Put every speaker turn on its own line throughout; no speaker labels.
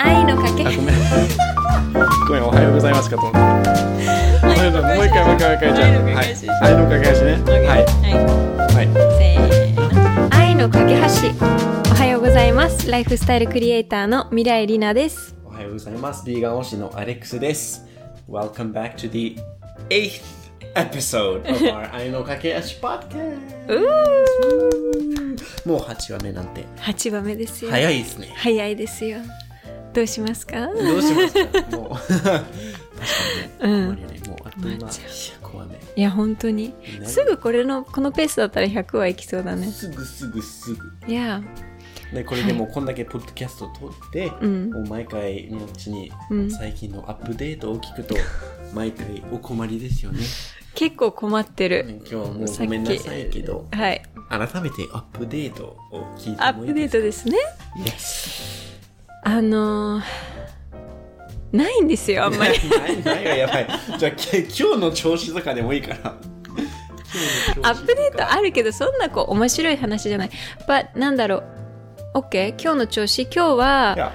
愛のかけ
あ ごめんごめんおはようございますかと思った
も
ごめんなさいもう一回もう一回もう一回じゃあはい愛のかけ橋ねはいはい
愛の架け橋おはようございますライフスタイルクリエイターの未来りなです
おはようございます。ビーガン推しのアレックスです。Welcome back to the eighth episode of our 愛の駆け足 podcast。
う
もう8話目なんて
8番目ですよ
早いで すね。
早いですよどうしますか
どうしますかもう。確かにね。
うん
終わりねもうあっ という間
終わっ
100話目。
いや本当にすぐこれのこのペースだったら100はいきそうだね
すぐすぐすぐ。
いや
で、これでもうこんだけポッドキャスト撮って、
うん
もう毎回のうちに
うん
最近のアップデートを聞くと、毎回お困りですよね。
結構困ってる、
今日はもうごめんなさいけど。
はい
改めてアップデートを聞い
ア
て
ッ
もい
プ
い
デー
で
ト
す
ですね
か
あのーないんですよあんまり
Yes ないないがやばい。じゃあけ今日の調子とかでもいいから。
アップデートあるけどそんなこう面白い話じゃないやっぱなんだろう OK 今日の調子今日
い
は
や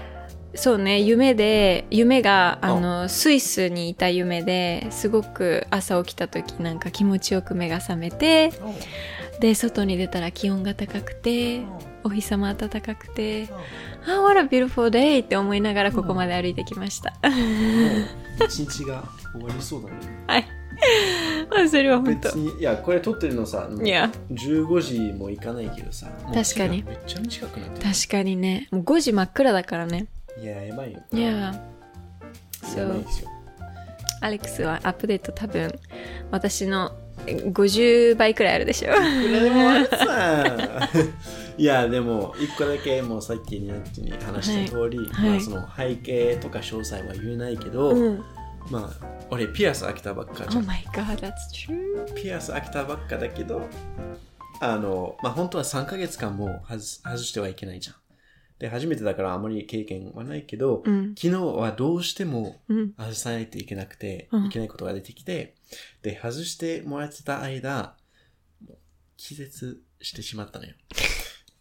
そうね夢で夢があのスイスにいた夢ですごく朝起きた時なんか気持ちよく目が覚めてで外に出たら気温が高くてお日様暖かくて「あ what a beautiful day」って思いながらここまで歩いてきました、
一日が終わりそうだね。
はいまあそれは本
別
当
に、いや、これ撮ってるのさ、もう
いや
15時もいかないけどさ。もう
確かに
めっちゃ短くなって
確かにねもう5時真っ暗だからね
る。いや、やばいよ。
いやーそ
やばいうですよ。
アレックスはアップデート多分私のえ50倍くらいあるでしょ
いやでもあれさ いやでも一個だけもうさっきになっちに話した通り、
はい
まあ、その背景とか詳細は言えないけど、
うん
まあ俺ピアス開けたばっかじゃ
Oh
ん
my god that's true
ピアス開けたばっかだけどあのまあ本当は3ヶ月間も外す外してはいけないじゃんで初めてだからあまり経験はないけど、
うん
昨日はどうしても
うん
外さないといけなくて、
うん
いけないことが出てきて、で、外してもらってた間、もう気絶してしまったのよ。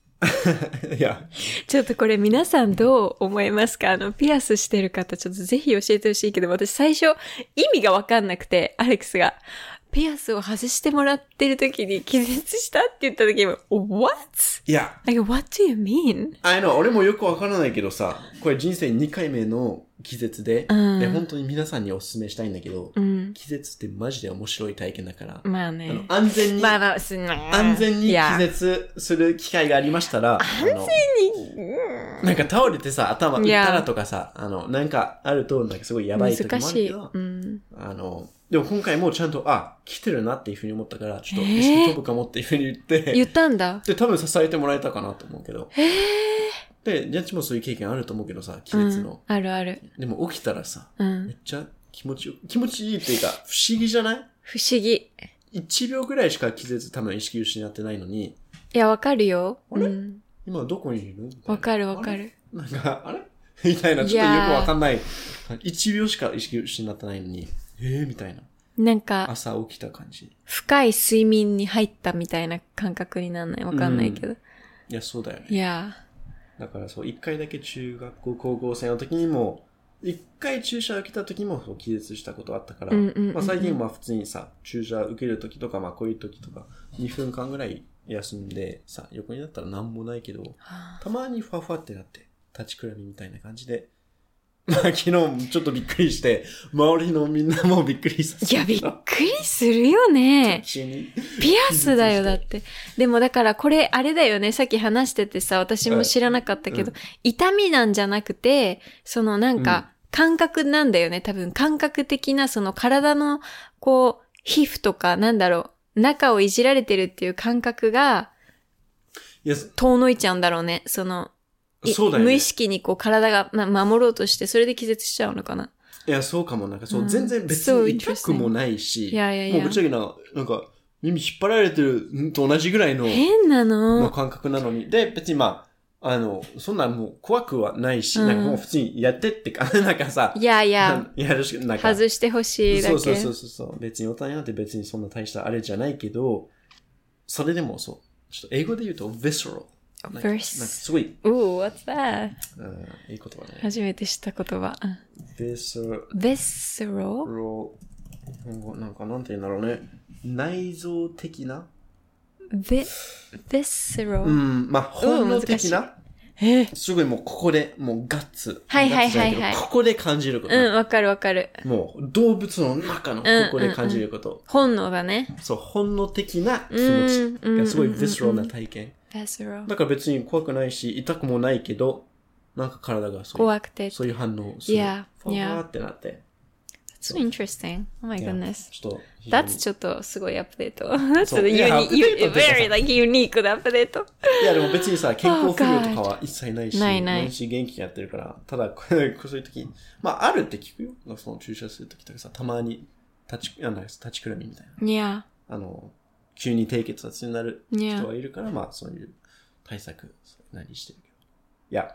いや、
ちょっとこれ皆さんどう思いますかあのピアスしてる方ちょっとぜひ教えてほしいけど私最初意味がわかんなくてアレックスがピアスを外してもらってる時に気絶したって言った時も What?
いや、
Like what do you mean?
あの、俺もよくわからないけどさ、これ人生2回目の気絶で、
うん
で、本当に皆さんにお勧めしたいんだけど、
うん
気絶ってマジで面白い体験だから、
まあ
あの
ね
安全に、
まあまあす安
安全に気絶する機会がありましたら、安全になんか倒れてさ、頭打ったらとかさ、あの、なんかあると、なんかすごいやばい時も
難
ある
し
け
い、
ど、
うん、
あの、でも今回もちゃんと、あ、来てるなっていうふうに思ったから、ちょっと
えー
意識飛ぶかもっていうふうに言って、
言ったんだ
で、多分支えてもらえたかなと思うけど。
へえ
で、ジャッジもそういう経験あると思うけどさ、季節の。
うん、あるある、
でも起きたらさ、
うん
めっ、ちゃ気持ちよ、気持ちいいっていうか、不思議じゃない
不思議
?1 秒ぐらいしか季節多分意識失ってないのに、
いやわかるよ
あれ
うん
今どこにいるみたいな
わかるわかる
なんか、あれみたいな、ちょっとよくわかんない。1秒しか意識失ってないのに、えー、みたいな。
なんか
朝起きた感じ。
深い睡眠に入ったみたいな感覚になんないわかんないけど、
いや、そうだよね。
いや
だからそう、一回だけ中学校、高校生の時にも、一回注射受けた時もそう気絶したことあったから、
うんうんうんうん
まあ、最近まあ普通にさ、注射受ける時とか、まあこういう時とか、2分間ぐらい休んでさ、横になったらなんもないけど、
はあ
たまにふわふわってなって、立ちくらみみたいな感じで、 まあ昨日ちょっとびっくりして、周りのみんなもびっくりさせ
い
た
やびっ くりするよね
急に。
ピアスだよ、
気
だっ
絶
て。でもだからこれあれだよね、さっき話しててさ、私も知らなかったけど、
う
痛みなんじゃなくて、そのなんか感覚なんだよね、多分感覚的なその体のこう、皮膚とかなんだろう、中をいじられてるっていう感覚が
いや、
遠のいちゃうんだろうね。その、い
そうだよ
無
ね
意。識にこう体が、ま、守ろうとして、それで気絶しちゃうのかな。
いや、そうかも。なんかそう、
うん
全然別
So
に痛くもないし、
いやいやいや
もうぶっちゃけな、なんか、耳引っ張られてるんと同じぐらいの
変な
の
の。
感覚なのに。で、別にまあ、あの、そんなもう怖くはないし、
うん
なんかもう普通にやってってか、なんかさ、
いやいや、
やるし、なんか、
外してほしいだ
そ
け。
うそうそうそうそう。別に大人になって別にそんな大したあれじゃないけど、それでもそう。ちょっと英語で言うと、visceral。なんかなんか
Verse.
すごい、
Ooh, what's that?
うん、いい言葉ね。
初めて知った言葉。
ベース
visceral?
ロー、日本語なんかなんて言うんだろうね。内臓的な
Vi-
う
visceral?
ん、まあ、本能的な
えー
すごいもうここで、もうガッツ。
はいはいはいはい
ガッツじゃなけどここで感じること。
うん、わかるわかる。
もう動物の中のここで感じること。
本能だね。
そう、本能的な
う
気持
ん
ちがすごい
うんうん
visceral な体験。
visceral。
だから別に怖くないし、痛くもないけど、なんか体がそういう
怖くて。
そういう反応をする。
Yeah,
ふわ
yeah.
ふわってなって。
That's interesting. Oh my goodness.
ちょっと非常に。
That's ちょっとすごいアップデート。That's
そういやアッ
unique,
プデートっていうかさ
very like unique なアップデート。
いやでも別に さ、健康不良とかは一切ないし、
ないない
毎日元気にやってるから、ただ、これそういう時、まああるって聞くよ。その注射する時とかさ、たまに立ち、あの立ちくらみみたいな。
Yeah.
あの、急に低血圧になる
Yeah.
人はいるから、まあそういう対策、なりしてるけど。いや。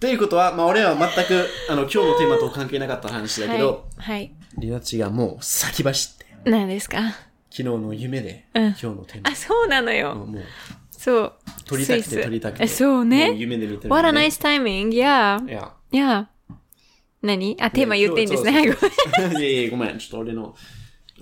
ということは、まあ俺は全く、あの、今日のテーマと関係なかった話だ
は
け
い
ど、。
はい。
リナッチがもう先走って、
何ですか
昨日の夢で、
うん
今日のテーマ
あ、、そうなの
も
よ。
うもう
そう。
撮りたく
スイス
て撮りたくて。
えそう
もう
ね。
夢で見てる、
What a nice timing. Yeah.
いや。
Yeah. 何あ、テーマ言っていいんですね。
いや
はい、ごめん。
いやいや、ごめん。ちょっと俺の、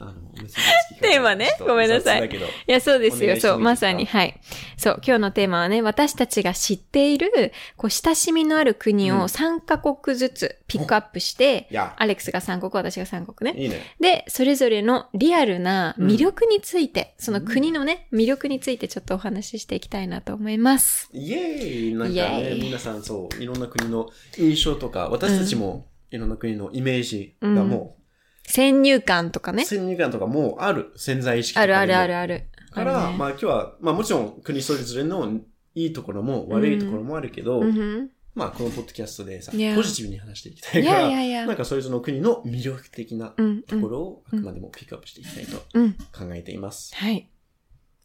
あの、結びつき方
テーマね
ちょっと
ごめんなさい
雑だけど
いや、そうです
お願
よ。そ、
いしてもいいうですか
まさに。はい。そう、今日のテーマはね、私たちが知っている、こう、親しみのある国
うん
を3カ国ずつピックアップして、
いや、
アレックスが3国、私が3国ね。
いいね。
で、それぞれのリアルな魅力について、その国のね、魅力についてちょっとお話ししていきたいなと思います。
イエーイなんか
イエ
ね
ー、イ
皆さんそう、いろんな国の印象とか、私たちもいろんな国のイメージがも
先入観とか
う、
ね。
先入観とかもうある、潜在意識とか
あ
で
る
も
あるあるある。
から、
あるね
まあ今日は、まあもちろん国それぞれのいいところも悪いところもあるけど、
うんふん
まあこのポッドキャストでさ、
いや
ポジティブに話していきた
い
いから、
やいやいや。
なんかそれぞれの国の魅力的な
うん、う
とこ
ん。
ろをあくまでもピックアップしていきたいと
うん。
考えています。
はい。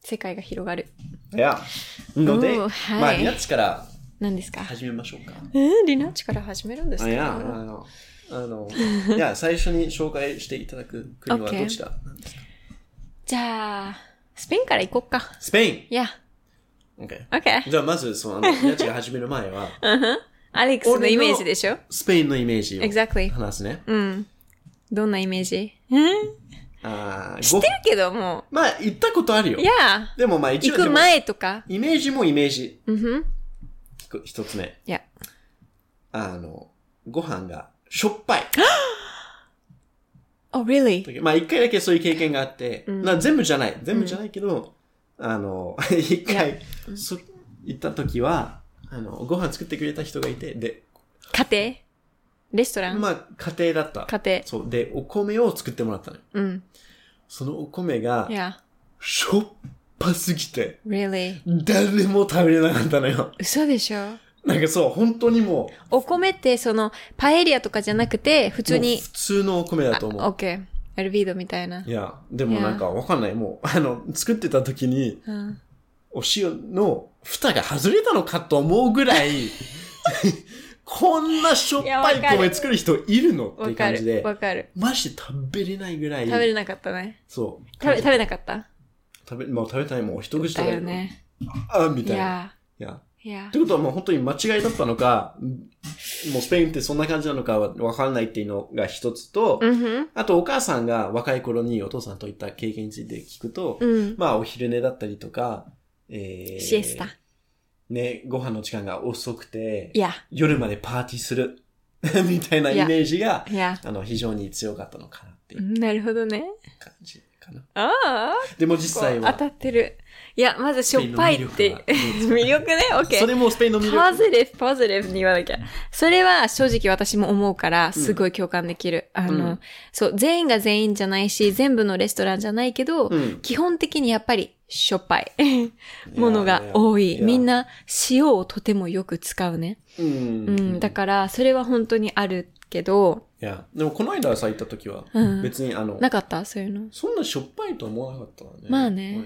世界が広がる。
いや、ので、
おーはい
まあ、リナッチから
何ですか
始めましょうか。
えー、リナッチから始めるんです
あ
か
いや、あの、あの、いや、最初に紹介していただく国は
Okay
どちら
じゃあ、スペインから行こっか。
スペイ
いや、
ン !OK。
OK。
じゃあ、まず、その、 あのリナッチが始める前は、
うんふんアレックスのイメージでしょ
スペインのイメージを
?Exactly。
話すね。
うん。どんなイメージうん
あ
知
ー
っ
ご
てるけど、も
まあ、行ったことあるよ
う。い。や、
でも、まあ、一
行
応、
く前とか。
でもイメージもイメージ。
うんふん。
ひこ一つ目。
いや。
あの、ご飯がしょっぱい。
Oh, really?
まあ、一回だけそういう経験があって、
うん
な全部じゃない。全部じゃないけど、あの、 一回、そ行った時は、あの、ご飯作ってくれた人がいて、で、
家庭レストラン
まあ、家庭だった。
家庭。
そう。で、お米を作ってもらったのよ。
うん。
そのお米が
い、や、
しょっぱすぎて、
really?
誰も食べれなかったのよ。
嘘でしょ
なんかそう、本当にもう、
お米って、その、パエリアとかじゃなくて、普通
もう
に。
普通のお米だと思う。
OK。エルビードみたいな。
いや、でもなんかわかんない。もう、あの、作ってた時に、
うん。
お塩の蓋が外れたのかと思うぐら い、こんなしょっぱ
い
い
やわか
米
る
作る人いるのって
わ
いう
か
感じ
る。
で、
わかる。
マジで食べれないぐらい、
食べれなかったね。
そう。
食べ、食べなかった
食べ、まあ食べたいもう一口とか
だ
で
よね。
あ、み
い
たいな。
や、
いや。
いや
っ。てことはもう本当に間違いだったのか、もうスペインってそんな感じなのかはわからないっていうのが一つと、
うんふん。
あとお母さんが若い頃にお父さんといった経験について聞くと、
うん。
まあお昼寝だったりとか、えー、
シエスタ。
ね、ご飯の時間が遅くて
い、や、
夜までパーティーする みたいなイメージが、
いや。
あの、非常に強かったのかなっていう
なるほどね。
感じかな。
ああ。
でも実際
こう
は
当、たってる。いや、まずしょっぱいって。
スペインの
魅
魅力は
力ね。オッケ
そ
ー。
れもスペインの魅
ポ
力。
ジティブ、ポジティブに言わなきゃ。それは正直私も思うから、すごい共感できる。あの、
うん
そう、全員が全員じゃないし、全部のレストランじゃないけど、
うん
基本的にやっぱりしょっぱいものが多
や
い。
や
みん、な塩をとてもよく使うね。
う
うんん、だから、それは本当にあるけど、
いや、でもこの間さ、行った時は、
うん
別にあの、
なかったそういうの。
そんなしょっぱいとは思わなかったわね。
まあね
うん。い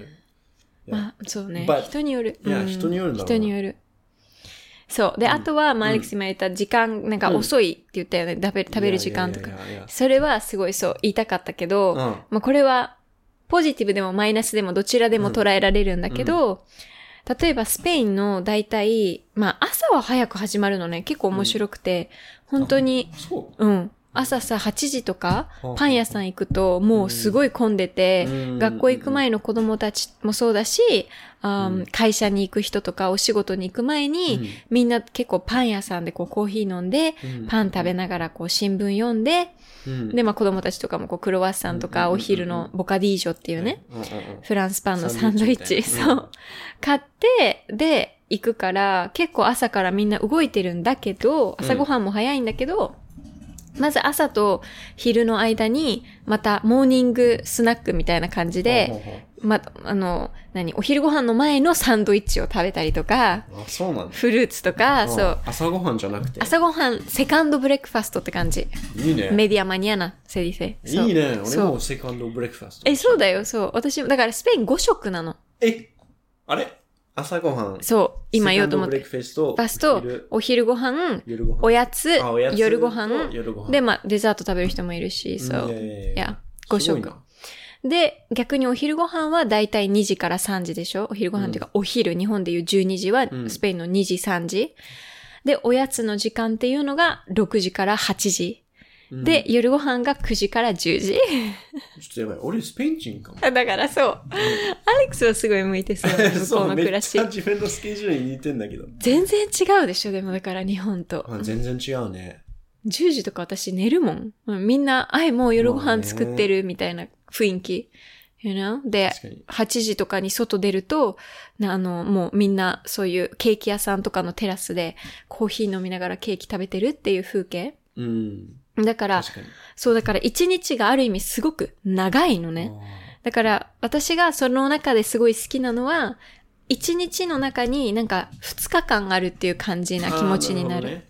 や
まあ、そうね
But。
人による。
いや
うん
人によるんだろうな
人による。そう。で、
うん
あとは、まあ、ア
うん
レックス今言った時間、なんか
うん
遅いって言ったよね。食べ食べる時間とか
い。やいやいやいや
それはすごいそう、言いたかったけど、
うん
まあこれは、ポジティブでもマイナスでもどちらでも捉えられるんだけど、例えばスペインの大体、まあ朝は早く始まるのね、結構面白くて、本当に、
そう
うん。朝さ、8時とか
はあ、
パン屋さん行くと、もうすごい混んでて、
うん
学校行く前の子供たちもそうだし、あー
うん
会社に行く人とか、お仕事に行く前に、
うん
みんな結構パン屋さんでこうコーヒー飲んで、
うん
パン食べながらこう新聞読んで、
うん
で、まあ子供たちとかもこうクロワッサンとか、
うん
お昼のボカディージョっていうね、
うんうんうん
フランスパンのサンドイッチ、
サンドイッチみたいな、
そううん買って、で、行くから、結構朝からみんな動いてるんだけど、朝ごはんも早いんだけど、まず朝と昼の間に、またモーニングスナックみたいな感じで、ま、あの、何、お昼ご飯の前のサンドイッチを食べたりとか、
あそうなんだ
フルーツとか、そう。
朝ごはんじゃなくて
朝ごはん、セカンドブレックファストって感じ。
いいね
メディアマニアな、セリフェ。そう
いいね俺
そう
もセカンドブレックファスト
え、そうだよ、そう。私も、だからスペイン5食なの。
えあれ朝ごはん
そう。今言おうと思っ
セカンドブレッ
て
ク。ファスト
バスと
昼、
お昼ご飯、
夜ごはん
おやつ
あおや、つ
夜ご飯
と夜ご飯
で、まあ、デザート食べる人もいるし、そう。
いやいやいや
いや、5
すごい
食。
な
で、逆にお昼ご飯はだいたい2時から3時でしょお昼ご飯っていうか、お昼、日本でいう12時は
う、ん
スペインの2時、3時。で、おやつの時間っていうのが6時から8時。
うん
で、夜ご飯が9時から10時。
ちょっとやばい俺スペイン人かも
だからそう。アレックスはすごい向い てそう。向こ
そうう
の
め
暮
っ
らし
ちゃ。自分のスケジュールに似てんだけど
全然違うでしょでもだから日本と。
あ全然違うね
10時とか私寝るもん。うんみんな、あい、もう夜ご
まあ
飯
ね
作ってるみたいな雰囲気。You know? で、
確かに
8時とかに外出ると、なあの、もうみんなそういうケーキ屋さんとかのテラスでコーヒー飲みながらケーキ食べてるっていう風景。
うん
だから、
確かに
そうだから一日がある意味すごく長いのね。だから私がその中ですごい好きなのは、一日の中になんか2日間あるっていう感じ
あ
な
ー
気持ちになる。ある
るほどね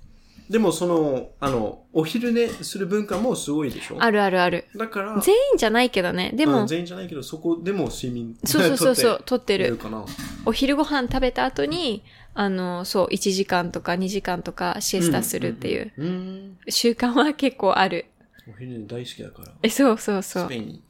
でもそのあのお昼寝する文化もすごいでしょ
あるある
だから
全員じゃないけどね。でも、
うん全員じゃないけどそこでも睡眠
そうそう そうそう、撮ってる
取ってる。かな
お昼ご飯食べた後に、あの、そう、1時間とか2時間とかシエスタするっていう
うんうん
習慣は結構ある。
お昼寝大好きだから
え、そうそうそ
ス
う
ペ。インに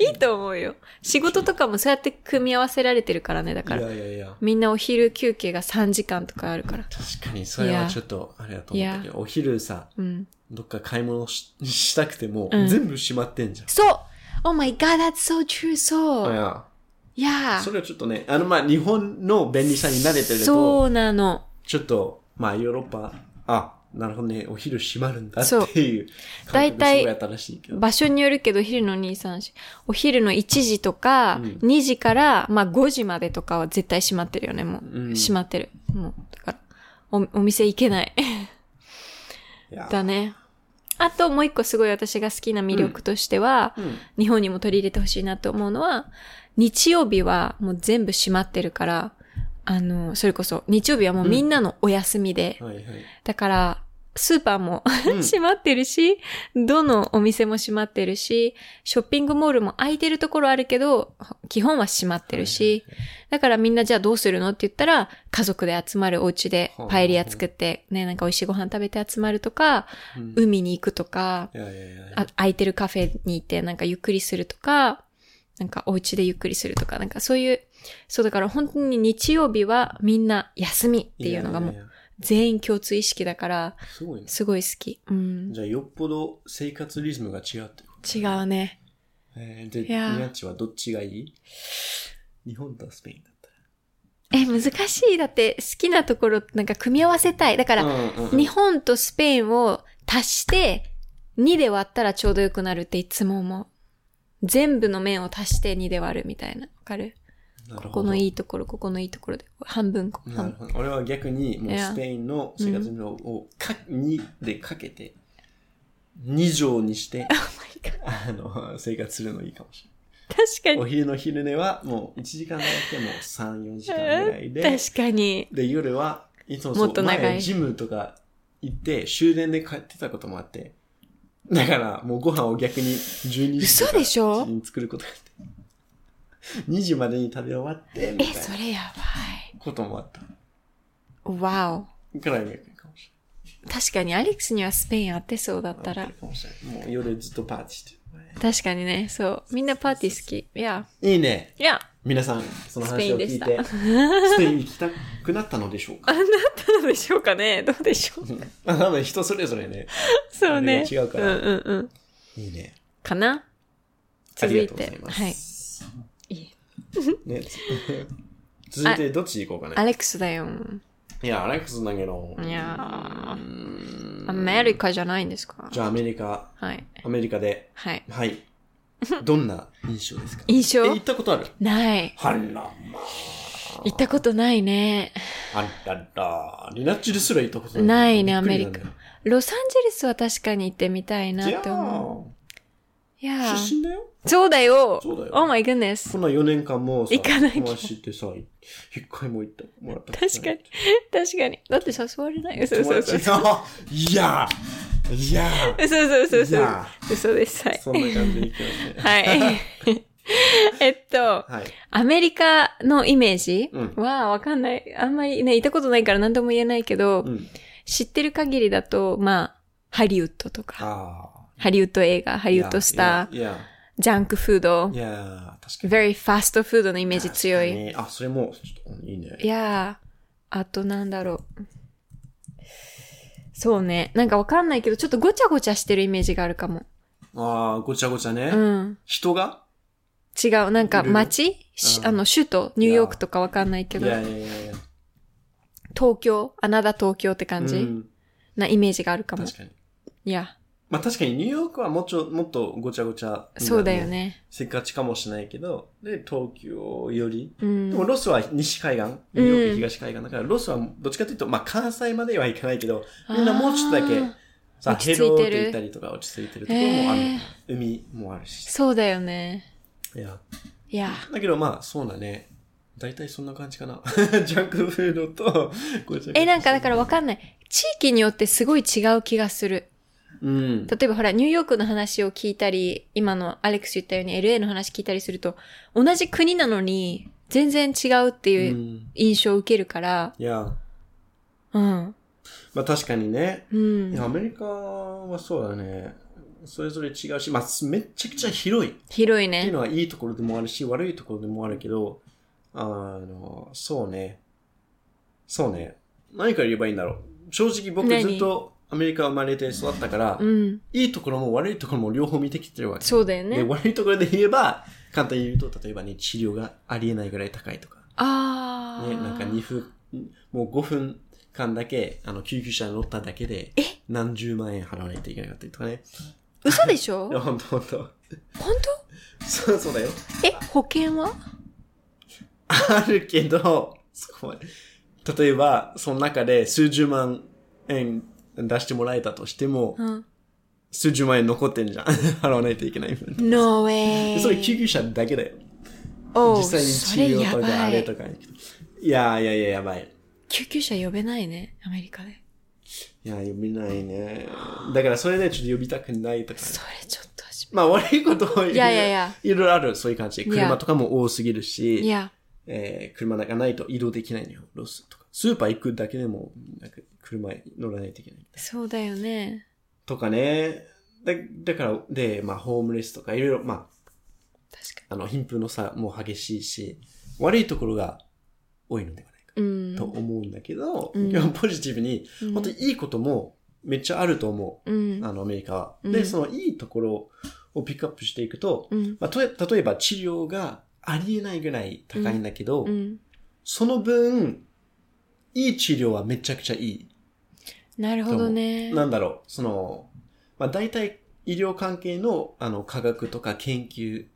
いいと思うよ。仕事とかもそうやって組み合わせられてるからね、だ
い
から。
やいやいや
みんなお昼休憩が3時間とかあるから。
確かにそれはちょっとあれだと思ったけどお昼さ
うん。
どっか買い物ししたくても、
うん
全部閉まってんじゃん
そう !Oh my god, that's so true,
い
so!
や
いや
それはちょっとねあのまあ日本の便利さに慣れてる
そ
と
うなの。
ちょっとまあヨーロッパあなるほどねお昼閉まるんだっていう感覚がすごい新しいけど
場所によるけど、昼の2、3時。お昼の1時とか、
うん
2時から、まあ5時までとかは絶対閉まってるよね、もう。
うん
閉まってる。もう、だから、お、お店行けない。
いや
だね。あともう一個すごい私が好きな魅力としては、
うん
日本にも取り入れてほしいなと思うのは、日曜日はもう全部閉まってるから、あの、それこそ、日曜日はもうみんなのお休みで、
はいはい
だから、スーパーも
うん
閉まってるし、どのお店も閉まってるし、ショッピングモールも空いてるところあるけど、基本は閉まってるし、だからみんなじゃあどうするのって言ったら、家族で集まるお家で
はあ
パエリア作って、ね、なんか美味しいご飯食べて集まるとか、
うん
海に行くとか、
いやいやいや
あ空いてるカフェに行ってなんかゆっくりするとか、なんかお家でゆっくりするとか、なんかそういう、そうだから本当に日曜日はみんな休みっていうのがもう
いやいやいや
全員共通意識だから、
すごいね
すごい好き。うん。
じゃあよっぽど生活リズムが違うってこと
違うね。
えーで、
いやー
ニャッチはどっちがいい日本とスペインだった
え、難しい。だって好きなところなんか組み合わせたい。だから、
ら。うんうんうん
日本とスペインを足して2で割ったらちょうどよくなるっていつも思う。全部の面を足して2で割るみたいな。わかる
なる
こ
ほ
こ
ど
のいいところ、ここのいいところで。半分、ここ
なる
半
ほど俺は逆にも
いうや
スペインの生活のをか、2でかけて2乗にして
分。
あの生活するのいいかもし
確か
れない。お
に。
昼の昼寝はもう1時間だけもう3、4時間ぐらいで。
確かに。
で、夜はいつも
もっと長い
前ジムとか行って終電で帰ってたこともあって。だからもうご飯を逆に12時とか
嘘でしょ
に作ることがあって。2時までに食べ終わってみ
え、
たい
そ
な
れや
こともあった。
ばい。わ
くらいがいいかもしれない。
お。確かにアレックスにはスペイン当てそうだったら。
もう夜ずっとパーティーして
確かにね、そう。みんなパーティー好き。いや、
る。いいね。
いや、
皆さん、その
スペイン
話を聞
で
い
した
て、スペインに来たくなったのでしょうか
あなったのでしょうかねどうでしょう
まあ多分人それぞれね。
そうね。
あれが違うから
うんうんうん。
いいね。
かな
あ
続
り
い
がとうござい
て。
ま
はい。
す。
いい
ね、 つ続いてどっち行こうか
ア
ね。
レックスだよ。
いや、アレックスだけど。
いうや
ーん
ーアメリカじゃないんですか
じゃあアメリカ、
はい。
アメリカで、
はい。
はい。どんな印象ですか
印
え、
象
行ったことある
ない。
あら、
行ったことないね。
あらら、リナッチですら行ったことない。
ないね
びっくりだ
アメリロサンゼルスは確かに行ってみたいな
じゃ
って思う。いや
あ、
ー
出身だよ。
そうだよ
そうだよ
!Oh my goodness!
こんな4年間もさ、
行かなきゃ
友達ってさ、一回も行ったもらったことない。
確かに。確かに。だって誘われないよ。そう
友
そうそ
達
う。そう
の、いやーいや
そうそう
ーい
そう。
や
嘘です。は
ー
い。
そんな感じで行きますね。
はい。 えっと、
はい。
アメリカのイメージ
うん
はわかんない。あんまりね、いたことないから何とも言えないけど、
うん。
知ってる限りだと、まあ、ハリウッドとか、
ああ。
ハリウッド映画、ハ
ハ
リウッドスター、
ー。いや、
ジャンクフード
い、やー、確かに。
very fast フードのイメージ強い。
確かに。あ、それも、ちょっと、いいね。
いやー、あとなんだろう。そうね。なんかわかんないけど、ちょっとごちゃごちゃしてるイメージがあるかも。
ああ、ごちゃごちゃね。
うん。
人が
違う。なんか
いる
街し
うん
あの、首都ニューヨークとかわかんないけ
い
ど、
やいやいやいや。
東京、あなた東京って感
う
じ
ん
なイメージがあるかも。
確かに。
いや、
まあ確かにニューヨークはもうちょ、もっとごちゃごちゃ。
そうだよ。ね。
せっかちかもしれないけど、で、東京より。
う
でも
ん。
ロスは西海岸、ニューヨーク東海岸だから、ロスはどっちかというと、まあ関西まではいかないけど、みんなもうちょっとだけ
あー
さ、
落ち着
ヘ
いてる
ローって言ったりとか落ち着いてるところもある。
へー
海もあるし。
そうだよね。
いや。
いや、
だけどまあ、そうだね。大体そんな感じかな。 ジャンクフードと、ごちゃごちゃ
え、なんかだからわかんない。地域によってすごい違う気がする。
うん。
例えばほら、ニューヨークの話を聞いたり、今のアレックス言ったように LA の話聞いたりすると、同じ国なのに、全然違うって
う。
いうん印象を受けるから、
いや、
うん。
まあ確かにね。
う
いや
ん。
アメリカはそうだね。それぞれ違うし、まあめっちゃくちゃ広い。
広い
ってい
ね。
うのはいいところでもあるし、悪いところでもあるけど、あの、そうね。そうね。何から言えばいいんだろう。正直僕
何
ずっとアメリカ生まれて育ったから、
うん。
いいところも悪いところも両方見てきてるわけ。
そうだよ
で、
ね。
悪いところで言えば、簡単に言うと、例えばね、治療がありえないぐらい高いとか、
ああ。
ね、なんか2分、もう5分間だけ、あの、救急車に乗っただけで、何十万円払わないといけなかったりとかね。
嘘でし
いや、
ょ
ほんとほんと。
本
そう、そうだよ。
当え、保険は
あるけど、そこまで。例えば、その中で数十万円出してもらえたとしても、
うん。
数十万円残ってんじ ゃん。払わないといけない分。
No way.
それ救急車だけだよ。
おう
実際に
そ
治
れ
療
や
とか
ば
あれ
い
と。かに。いやいやいや、やばい。
救急車呼べないね、アメリカで。
いや、呼びないね。だからそれでちょっと呼びたくないとか。
それちょっとし、
まあ悪いことをい
いやいやいや
いろいろある、そういう感じで。
いや
車とかも多すぎるし。
いや、
えー車がないと移動できないのよ、ロスとか。スーパー行くだけでも、なんか車乗らないといけない。
そうだよね。
とかね。だだから、で、まあ、ホームレスとかいろいろ、ま
確か
あ、あの、貧富の差も激しいし、悪いところが多いのではないか
に。うん。
と思うんだけど、
うん
今日ポジティブに、
うん
本当にいいこともめっちゃあると思
う
う、
ん。
あの、アメリカは。
う
で、
ん
そのいいところをピックアップしていくと、
うん。
まあ、とえ例えば治療がありえないぐらい高いんだけど、
うん。
その分、いい治療はめちゃくちゃいい。
なるほどね。
なんだろう、その、まあ、大体医療関係の、あの、科学とか研究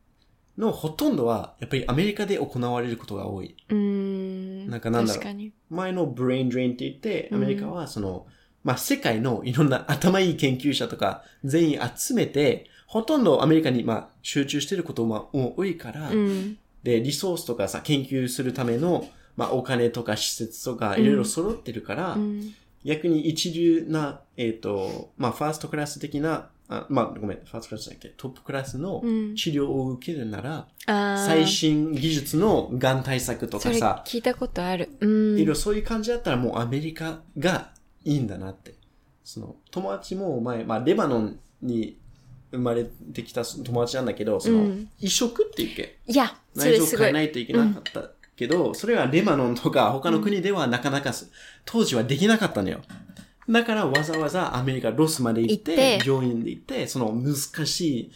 のほとんどは、やっぱりアメリカで行われることが多い。
うーん。
なんかなんだろう
確かに。
前のブレインドレインって言って、
う
ア
ん
メリカはその、まあ、世界のいろんな頭いい研究者とか全員集めて、ほとんどアメリカに、まあ、集中してることもも多いから、
うん。
で、リソースとかさ、研究するための、まあ、お金とか施設とか、いろいろ揃ってるから、
うん。
逆に一流な、えっ、と、まあ、ファーストクラス的な、あまあ、ごめん、ファーストクラスじゃなくて、トップクラスの
うん
治療を受けるなら、
あー
最新技術のがん対策と
そ
か
れ
さ、
聞いたことある。うん。
いろいろそういう感じだったらもうアメリカがいいんだなって。その、友達も前、まあ、レバノンに生まれてきた友達なんだけど、その、
うん
移植って言うっけ
いや、そ
内
れ
臓を
すご
変え
い。
ないといけなかったけど、それはレバノンとか他の国ではなかなかす、当時はできなかったのよ。だからわざわざアメリカ、ロスまで行って、
行って
病院で行って、その難しい、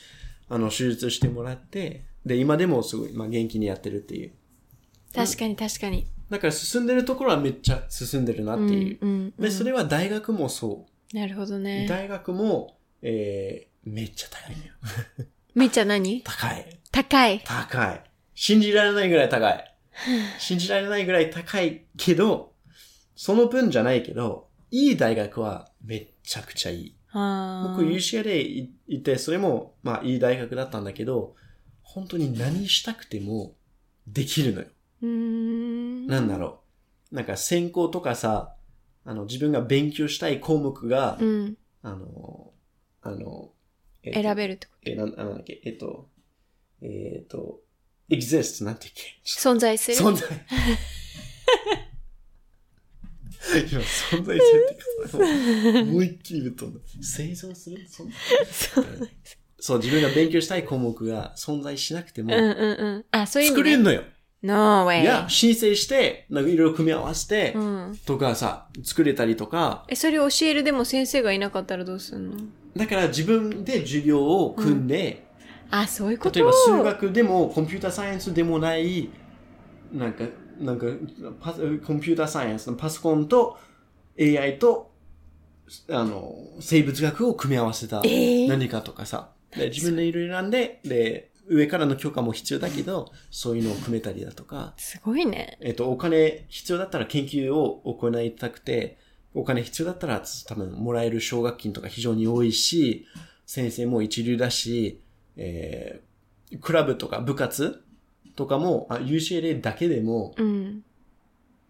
あの、手術してもらって、で、今でもすごい、まあ、元気にやってるっていう。
確かに確かに。
だから進んでるところはめっちゃ進んでるなっ
う
てい
ん
う。
うんう
で、そ
ん。
れは大学もそ
なるほど
う。
ね。
大学も、えー、めっちゃ高いのよ。
めっちゃ何
高い。
高い。
高い。信じられないぐらい高 い。信じられないぐらい高いけど、その分じゃないけど、いい大学はめっちゃくちゃいい。
あ
僕 UCLA い行って、それも、まあいい大学だったんだけど、本当に何したくてもできるのよ。
うん。
なんだろう。なんか専攻とかさ、あの、自分が勉強したい項目が、
うん。
あの、あの、えっと
選べるってこ
え、なんあなんだっけ、えっと、えっと、exist なんていうっけ
と。存在する
存在。 今、存在するって言うと思いっきりぶっ飛んだ。生存する存在
そう
そう、自分が勉強したい項目が存在しなくても
うん、うんうん。あ、そういう意味
作れる
ね。
のよ。
No
い
way。
や、申請して、なんかいろいろ組み合わせて
う、ん。
とかさ、作れたりとか、
え、それ教えるでも先生がいなかったらどうすんの
だから自分で授業を組んで、
あ、そういうこと
例えば数学でもコンピューターサイエンスでもない、なんか、なんかパソ、コンピューターサイエンスのパソコンと AI と、あの、生物学を組み合わせた
えー
何かとかさ、で自分でいろいろ選んで、で、上からの許可も必要だけど、そういうのを組めたりだとか、
すごいね。
えっと、お金必要だったら研究を行いたくて、お金必要だったら多分もらえる奨学金とか非常に多いし、先生も一流だし、えー、クラブとか部活とかも、あ UCLA だけでも、
うん。